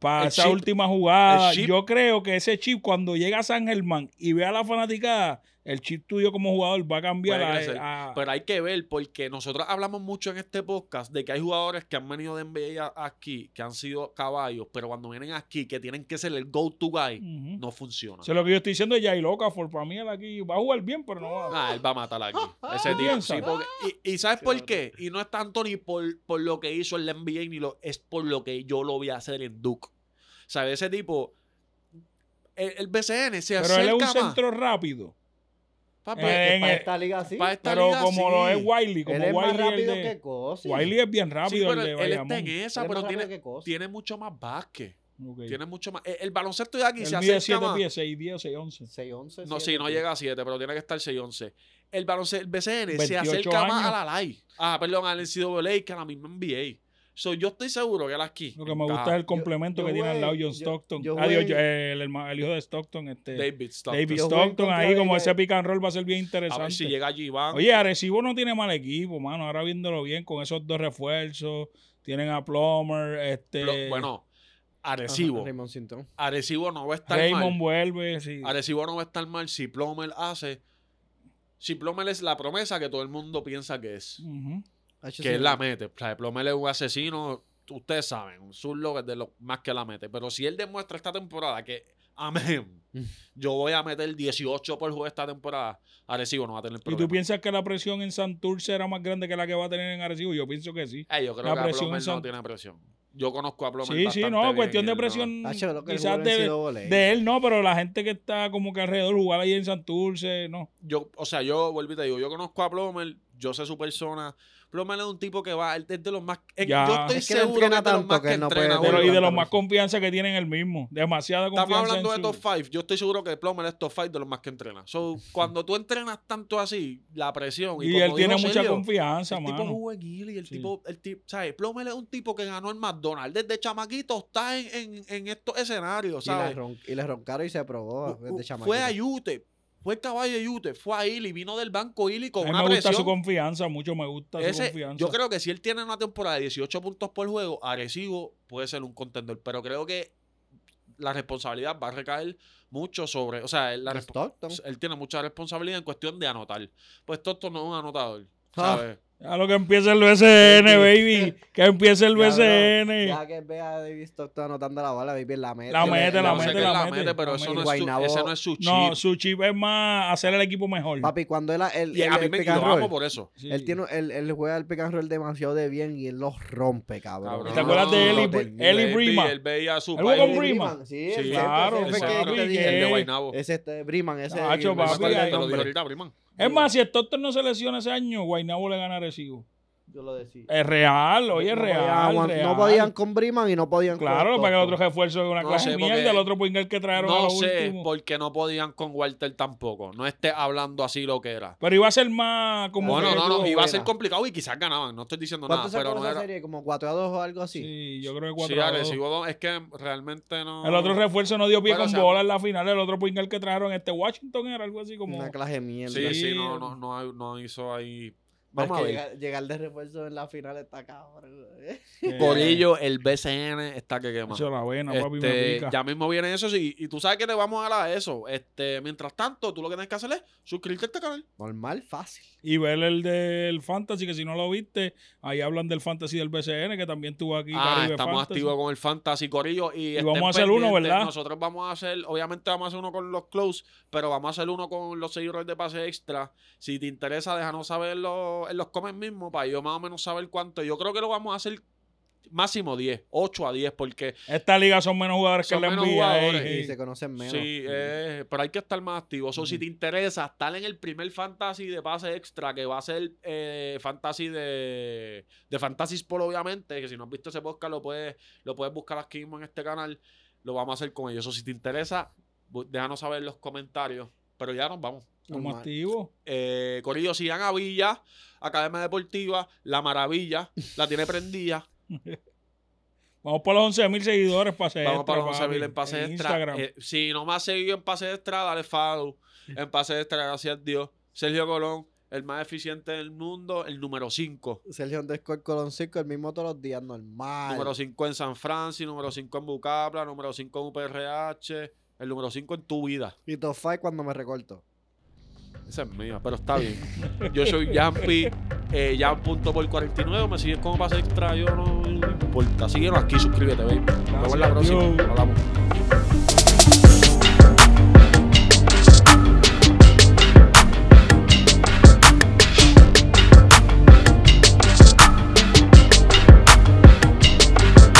[SPEAKER 3] para
[SPEAKER 2] El
[SPEAKER 3] esa
[SPEAKER 2] chip.
[SPEAKER 3] última jugada,
[SPEAKER 2] El chip.
[SPEAKER 3] yo creo que ese chip cuando llega a San Germán y ve a la fanaticada, el chip tuyo como jugador va a cambiar
[SPEAKER 2] Puede
[SPEAKER 3] a-
[SPEAKER 2] crecer.
[SPEAKER 3] a,
[SPEAKER 2] Pero hay que ver, porque nosotros hablamos mucho en este podcast de que hay jugadores que han venido de NBA a- aquí, que han sido caballos, pero cuando vienen aquí, que tienen que ser el go-to guy,
[SPEAKER 3] Ujú.
[SPEAKER 2] no funciona.
[SPEAKER 3] Eso es lo que yo estoy diciendo es Jay Okafor. Para mí, él aquí va a jugar bien, pero no va a.
[SPEAKER 2] Ah, él va a matar aquí. Ese
[SPEAKER 3] ¿Tú
[SPEAKER 2] tipo.
[SPEAKER 3] piensas?
[SPEAKER 2] sí, porque- y, y ¿sabes por qué? Y no es tanto ni por, por lo que hizo el NBA, ni lo, es por lo que yo lo voy a hacer en Duke. ¿Sabes? Ese tipo. El, el BCN se
[SPEAKER 3] Pero él es
[SPEAKER 2] acerca
[SPEAKER 3] un
[SPEAKER 2] más.
[SPEAKER 3] centro rápido.
[SPEAKER 2] Papá,
[SPEAKER 3] Eh,
[SPEAKER 1] Que
[SPEAKER 3] en
[SPEAKER 1] para
[SPEAKER 3] el-
[SPEAKER 1] esta liga sí.
[SPEAKER 2] pa' esta
[SPEAKER 3] Pero
[SPEAKER 2] liga,
[SPEAKER 3] como
[SPEAKER 2] sí.
[SPEAKER 3] lo es Wiley, como
[SPEAKER 1] Él es más
[SPEAKER 3] Wiley, el
[SPEAKER 1] rápido
[SPEAKER 3] de-
[SPEAKER 1] que Cosin.
[SPEAKER 3] Wiley es bien rápido.
[SPEAKER 2] Sí, pero
[SPEAKER 3] el de
[SPEAKER 2] él, él está en
[SPEAKER 3] Bayamón.
[SPEAKER 2] esa,
[SPEAKER 1] Él es
[SPEAKER 2] pero
[SPEAKER 1] más
[SPEAKER 2] tiene,
[SPEAKER 1] rápido que Cosin.
[SPEAKER 2] tiene mucho más básquet.
[SPEAKER 3] Ok.
[SPEAKER 2] Tiene mucho más. El, el baloncesto de aquí
[SPEAKER 3] Él
[SPEAKER 2] se
[SPEAKER 3] mide
[SPEAKER 2] acerca
[SPEAKER 3] 7
[SPEAKER 2] más.
[SPEAKER 3] pies, 6, 10, 6, 11.
[SPEAKER 1] 6-11.
[SPEAKER 2] No, sí, no llega a 7, pero tiene que estar 6 11. El baloncesto, el BCN se
[SPEAKER 3] 28
[SPEAKER 2] acerca más
[SPEAKER 3] años.
[SPEAKER 2] a la LAI. Ah, perdón, al NCAA que a la misma NBA. So, yo estoy seguro que él aquí.
[SPEAKER 3] Lo que me
[SPEAKER 2] encaja.
[SPEAKER 3] gusta es el complemento
[SPEAKER 1] yo
[SPEAKER 3] que tiene al lado
[SPEAKER 1] jugué-
[SPEAKER 3] John
[SPEAKER 1] yo-
[SPEAKER 3] Stockton.
[SPEAKER 1] yo
[SPEAKER 3] Adiós,
[SPEAKER 1] jugué-
[SPEAKER 3] yo- el, herma- el hijo de Stockton, este, David,
[SPEAKER 2] David Stockton.
[SPEAKER 1] Yo jugué en
[SPEAKER 3] Stockton,
[SPEAKER 1] contra
[SPEAKER 3] ahí
[SPEAKER 1] de
[SPEAKER 3] como
[SPEAKER 1] él.
[SPEAKER 3] ese pick and roll va a ser bien
[SPEAKER 2] A ver
[SPEAKER 3] interesante.
[SPEAKER 2] si llega Giván.
[SPEAKER 3] Oye, Arecibo no tiene mal equipo, mano. Ahora viéndolo bien con esos dos refuerzos. Tienen a Plummer, este,
[SPEAKER 2] Lo- Bueno, Arecibo.
[SPEAKER 1] Raymond Sinton.
[SPEAKER 2] Arecibo no va a estar
[SPEAKER 3] Raymond
[SPEAKER 2] mal.
[SPEAKER 3] vuelve. sí.
[SPEAKER 2] Arecibo no va a estar mal si Plomer hace. Si Plomer es la promesa que todo el mundo piensa que es.
[SPEAKER 3] Ujú.
[SPEAKER 2] que él la mete. O sea, Plomel es un asesino, ustedes saben, un zurdo que es de los más que la mete. Pero si él demuestra esta temporada que, amén,
[SPEAKER 3] Mm.
[SPEAKER 2] yo voy a meter 18 por juego esta temporada, Arecibo no va a tener
[SPEAKER 3] ¿Y
[SPEAKER 2] problema.
[SPEAKER 3] tú piensas que la presión en Santurce era más grande que la que va a tener en Arecibo? Yo pienso que sí.
[SPEAKER 2] Eh, yo creo
[SPEAKER 3] la
[SPEAKER 2] que a
[SPEAKER 3] presión
[SPEAKER 2] Plomel
[SPEAKER 3] en
[SPEAKER 2] no
[SPEAKER 3] San-
[SPEAKER 2] tiene presión. yo conozco a Plummer
[SPEAKER 3] Sí, sí,
[SPEAKER 2] bastante
[SPEAKER 3] no,
[SPEAKER 2] bien,
[SPEAKER 3] cuestión
[SPEAKER 2] él
[SPEAKER 3] de
[SPEAKER 2] no-
[SPEAKER 3] presión.
[SPEAKER 1] Hacho, lo que el
[SPEAKER 3] quizás
[SPEAKER 1] jugador ha
[SPEAKER 3] de,
[SPEAKER 1] sido voley.
[SPEAKER 2] Eh.
[SPEAKER 3] de él no, pero la gente que está como que alrededor jugar ahí en Santurce, no.
[SPEAKER 2] yo, o sea, yo vuelvo y te digo, yo conozco a Plomer, yo sé su persona. Plomer es un tipo que va, él es de los más. eh,
[SPEAKER 3] Ya.
[SPEAKER 2] Yo estoy
[SPEAKER 1] Es que él
[SPEAKER 2] seguro
[SPEAKER 1] entrena
[SPEAKER 2] que es de los
[SPEAKER 1] tanto
[SPEAKER 2] más
[SPEAKER 1] que
[SPEAKER 2] que
[SPEAKER 1] él no
[SPEAKER 2] entrena.
[SPEAKER 1] puede
[SPEAKER 3] Pero
[SPEAKER 2] boludo.
[SPEAKER 3] y de
[SPEAKER 1] Orlando,
[SPEAKER 3] los más
[SPEAKER 1] sí.
[SPEAKER 3] confianza que tienen el mismo. Demasiada
[SPEAKER 2] Estamos
[SPEAKER 3] confianza.
[SPEAKER 2] hablando de
[SPEAKER 3] en
[SPEAKER 2] top
[SPEAKER 3] su-
[SPEAKER 2] 5. Yo estoy seguro que Plomer es top 5 de los más que entrena. So, cuando tú entrenas tanto así, la presión. Y,
[SPEAKER 3] Y,
[SPEAKER 2] como
[SPEAKER 3] él tiene
[SPEAKER 2] dijo
[SPEAKER 3] mucha
[SPEAKER 2] Sergio,
[SPEAKER 3] confianza,
[SPEAKER 2] El tipo
[SPEAKER 3] mano.
[SPEAKER 2] jugó en Gili, el
[SPEAKER 3] Sí.
[SPEAKER 2] tipo, el tipo, ¿sabes? Plomer es un tipo que ganó el McDonald's. Desde chamaquito está en, en, en estos escenarios,
[SPEAKER 1] Y, la
[SPEAKER 2] ¿sabes?
[SPEAKER 1] ron- y le roncaron y se probó.
[SPEAKER 2] Fu-
[SPEAKER 1] desde
[SPEAKER 2] Fue a
[SPEAKER 1] chamaquito.
[SPEAKER 2] Yute, fue el caballo de Yute, fue a Ili, vino del banco Ili
[SPEAKER 3] A
[SPEAKER 2] con
[SPEAKER 3] mí
[SPEAKER 2] una
[SPEAKER 3] me gusta su
[SPEAKER 2] presión.
[SPEAKER 3] confianza, mucho me gusta su
[SPEAKER 2] Ese-
[SPEAKER 3] confianza.
[SPEAKER 2] yo creo que si él tiene una temporada de 18 puntos por juego, agresivo puede ser un contendor, pero creo que la responsabilidad va a recaer mucho sobre, o sea, la
[SPEAKER 1] De
[SPEAKER 2] respo-
[SPEAKER 1] Stockton.
[SPEAKER 2] él tiene mucha responsabilidad en cuestión de anotar. Pues Stockton no es un anotador,
[SPEAKER 1] Ah.
[SPEAKER 2] ¿sabes?
[SPEAKER 3] A lo que empiece el BCN, baby. Que empiece el
[SPEAKER 1] Cabrón,
[SPEAKER 3] BCN.
[SPEAKER 1] Ya que ve a David Stockton anotando la bola, baby, la mete.
[SPEAKER 3] La mete,
[SPEAKER 2] Yo
[SPEAKER 3] la
[SPEAKER 2] sé
[SPEAKER 3] mete,
[SPEAKER 2] que él
[SPEAKER 3] la mete,
[SPEAKER 2] pero
[SPEAKER 3] la
[SPEAKER 2] eso
[SPEAKER 3] mete.
[SPEAKER 2] no es su,
[SPEAKER 1] Guaynabo-
[SPEAKER 2] ese no es su chip.
[SPEAKER 3] No, su chip es más hacer el equipo mejor.
[SPEAKER 1] Papi, cuando él... él
[SPEAKER 2] y a
[SPEAKER 1] él-
[SPEAKER 2] mí
[SPEAKER 1] el
[SPEAKER 2] me y
[SPEAKER 1] pick
[SPEAKER 2] lo
[SPEAKER 1] and roll,
[SPEAKER 2] amo por eso.
[SPEAKER 3] Sí.
[SPEAKER 1] Él, tiene, él, él juega el pick and roll demasiado de bien y él los rompe, cabrón.
[SPEAKER 2] Cabrón.
[SPEAKER 3] ¿Te acuerdas de
[SPEAKER 1] No,
[SPEAKER 3] Eli,
[SPEAKER 1] no termina.
[SPEAKER 3] Eli
[SPEAKER 2] Él vi-
[SPEAKER 3] Brima?
[SPEAKER 2] Él veía a su
[SPEAKER 3] Él jugó con
[SPEAKER 2] país.
[SPEAKER 3] Brima.
[SPEAKER 1] Sí,
[SPEAKER 2] Sí,
[SPEAKER 1] el-
[SPEAKER 3] claro,
[SPEAKER 1] ese fue
[SPEAKER 2] claro.
[SPEAKER 1] que te
[SPEAKER 3] Sí,
[SPEAKER 1] dije.
[SPEAKER 2] El de
[SPEAKER 3] Eh,
[SPEAKER 2] Guaynabo.
[SPEAKER 1] Ese este de Briman, ese
[SPEAKER 3] Tacho,
[SPEAKER 1] y- no me
[SPEAKER 2] Me
[SPEAKER 1] acuerdo
[SPEAKER 3] papi,
[SPEAKER 2] acuerdo
[SPEAKER 1] el
[SPEAKER 2] que te lo
[SPEAKER 1] nombre.
[SPEAKER 2] dije ahorita, Briman.
[SPEAKER 3] Es más, si Stockton no se lesiona ese año, Guaynabo le gana a Recibo.
[SPEAKER 1] Yo lo decía.
[SPEAKER 3] Es real, oye, es
[SPEAKER 1] No
[SPEAKER 3] real,
[SPEAKER 1] podían-
[SPEAKER 3] real.
[SPEAKER 1] No podían con Briman y no podían
[SPEAKER 3] Claro,
[SPEAKER 1] con
[SPEAKER 3] para que el
[SPEAKER 1] Stockton.
[SPEAKER 3] otro refuerzo es una
[SPEAKER 2] No
[SPEAKER 3] clase
[SPEAKER 2] sé,
[SPEAKER 3] de mierda,
[SPEAKER 2] porque-
[SPEAKER 3] el otro Pringle que trajeron a
[SPEAKER 2] No
[SPEAKER 3] lo
[SPEAKER 2] sé
[SPEAKER 3] último.
[SPEAKER 2] porque no podían con Walter tampoco. No esté hablando así lo que era.
[SPEAKER 3] Pero iba a ser más como.
[SPEAKER 2] Bueno,
[SPEAKER 3] que-
[SPEAKER 2] no, no,
[SPEAKER 1] estuvo
[SPEAKER 2] iba a
[SPEAKER 1] buena.
[SPEAKER 2] ser complicado y quizás ganaban. No estoy diciendo nada,
[SPEAKER 1] ¿Cuánto se
[SPEAKER 2] pero no
[SPEAKER 1] esa
[SPEAKER 2] era.
[SPEAKER 1] serie? ¿Como 4 a 2 o algo
[SPEAKER 3] Sí,
[SPEAKER 1] así?
[SPEAKER 3] yo creo que
[SPEAKER 2] Sí,
[SPEAKER 3] cuatro. a dos.
[SPEAKER 2] agresivo dos, Es que realmente no.
[SPEAKER 3] El otro refuerzo no dio pie
[SPEAKER 2] Bueno,
[SPEAKER 3] con
[SPEAKER 2] o sea-
[SPEAKER 3] bola en la final. El otro Pringle que trajeron, este Washington era algo así como.
[SPEAKER 1] Una clase de mierda.
[SPEAKER 2] Sí, sí,
[SPEAKER 3] Sí.
[SPEAKER 2] no, no, no, no hizo ahí.
[SPEAKER 1] Pero es
[SPEAKER 2] Vamos a
[SPEAKER 1] que
[SPEAKER 2] ver.
[SPEAKER 1] Llegar, llegar de refuerzo en la final está cabrón.
[SPEAKER 3] eh,
[SPEAKER 2] Por ello, el BCN está que quema.
[SPEAKER 3] Eso la vena, papi, me
[SPEAKER 2] Este,
[SPEAKER 3] pica.
[SPEAKER 2] ya mismo viene eso sí, y, tú sabes que te vamos a dar a eso. Este, mientras tanto, tú lo que tienes que hacer es suscribirte a este canal.
[SPEAKER 1] Normal, fácil.
[SPEAKER 3] Y ver el del Fantasy, que si no lo viste, ahí hablan del Fantasy del BCN, que también tuvo aquí.
[SPEAKER 2] ah,
[SPEAKER 3] Caribe
[SPEAKER 2] estamos
[SPEAKER 3] Fantasy.
[SPEAKER 2] activos con el Fantasy Corillo. Y, estén
[SPEAKER 3] vamos a hacer uno,
[SPEAKER 2] pendientes.
[SPEAKER 3] ¿verdad?
[SPEAKER 2] Nosotros vamos a hacer, obviamente vamos a hacer uno con los close, pero vamos a hacer uno con los seguidores de pase extra. Si te interesa, déjanos saberlo en los comments mismos para yo más o menos saber cuánto. Yo creo que lo vamos a hacer máximo 10, 8 a 10, porque
[SPEAKER 3] Esta liga son menos jugadores
[SPEAKER 2] Son
[SPEAKER 3] que le
[SPEAKER 2] menos
[SPEAKER 3] envía. ey,
[SPEAKER 2] jugadores.
[SPEAKER 3] ey.
[SPEAKER 1] Y se conocen menos.
[SPEAKER 2] Sí, eh, pero hay que estar más activo. So, Si
[SPEAKER 3] Ujú.
[SPEAKER 2] te interesa, estar en el primer fantasy de pase extra, que va a ser eh, fantasy de, de Fantasy Sport, obviamente, que si no has visto ese podcast, lo puedes, lo puedes buscar aquí mismo en este canal. Lo vamos a hacer con ellos. So, si te interesa, bu- déjanos saber en los comentarios. Pero ya nos vamos.
[SPEAKER 3] Estamos
[SPEAKER 1] Normal.
[SPEAKER 3] activos.
[SPEAKER 2] Eh, Corillo, sigan a Villa, Academia Deportiva, La Maravilla, la tiene prendida.
[SPEAKER 3] Vamos para los 11.000 seguidores, pase
[SPEAKER 2] Vamos
[SPEAKER 3] extra,
[SPEAKER 2] para los
[SPEAKER 3] papi,
[SPEAKER 2] 11.000 en pase extra.
[SPEAKER 3] Instagram.
[SPEAKER 2] Eh, si no me has seguido en pase extra, dale follow. En pase extra, gracias a Dios. Sergio Colón, el más eficiente del mundo, el número 5.
[SPEAKER 1] Sergio Underscore Colón 5, el mismo todos los días, normal.
[SPEAKER 2] Número 5 en San Francisco, número 5 en Bucabla, número 5 en UPRH, el número 5 en tu vida.
[SPEAKER 1] Y top five cuando me recorto.
[SPEAKER 2] Esa es mía, pero está bien. Yo soy Yampi, eh, Jan.por49, me sigues como pase extra, yo no me importa. Síguenos aquí, suscríbete, baby. Nos vemos en la
[SPEAKER 3] Gracias,
[SPEAKER 2] próxima.
[SPEAKER 3] Dios.
[SPEAKER 2] Hablamos.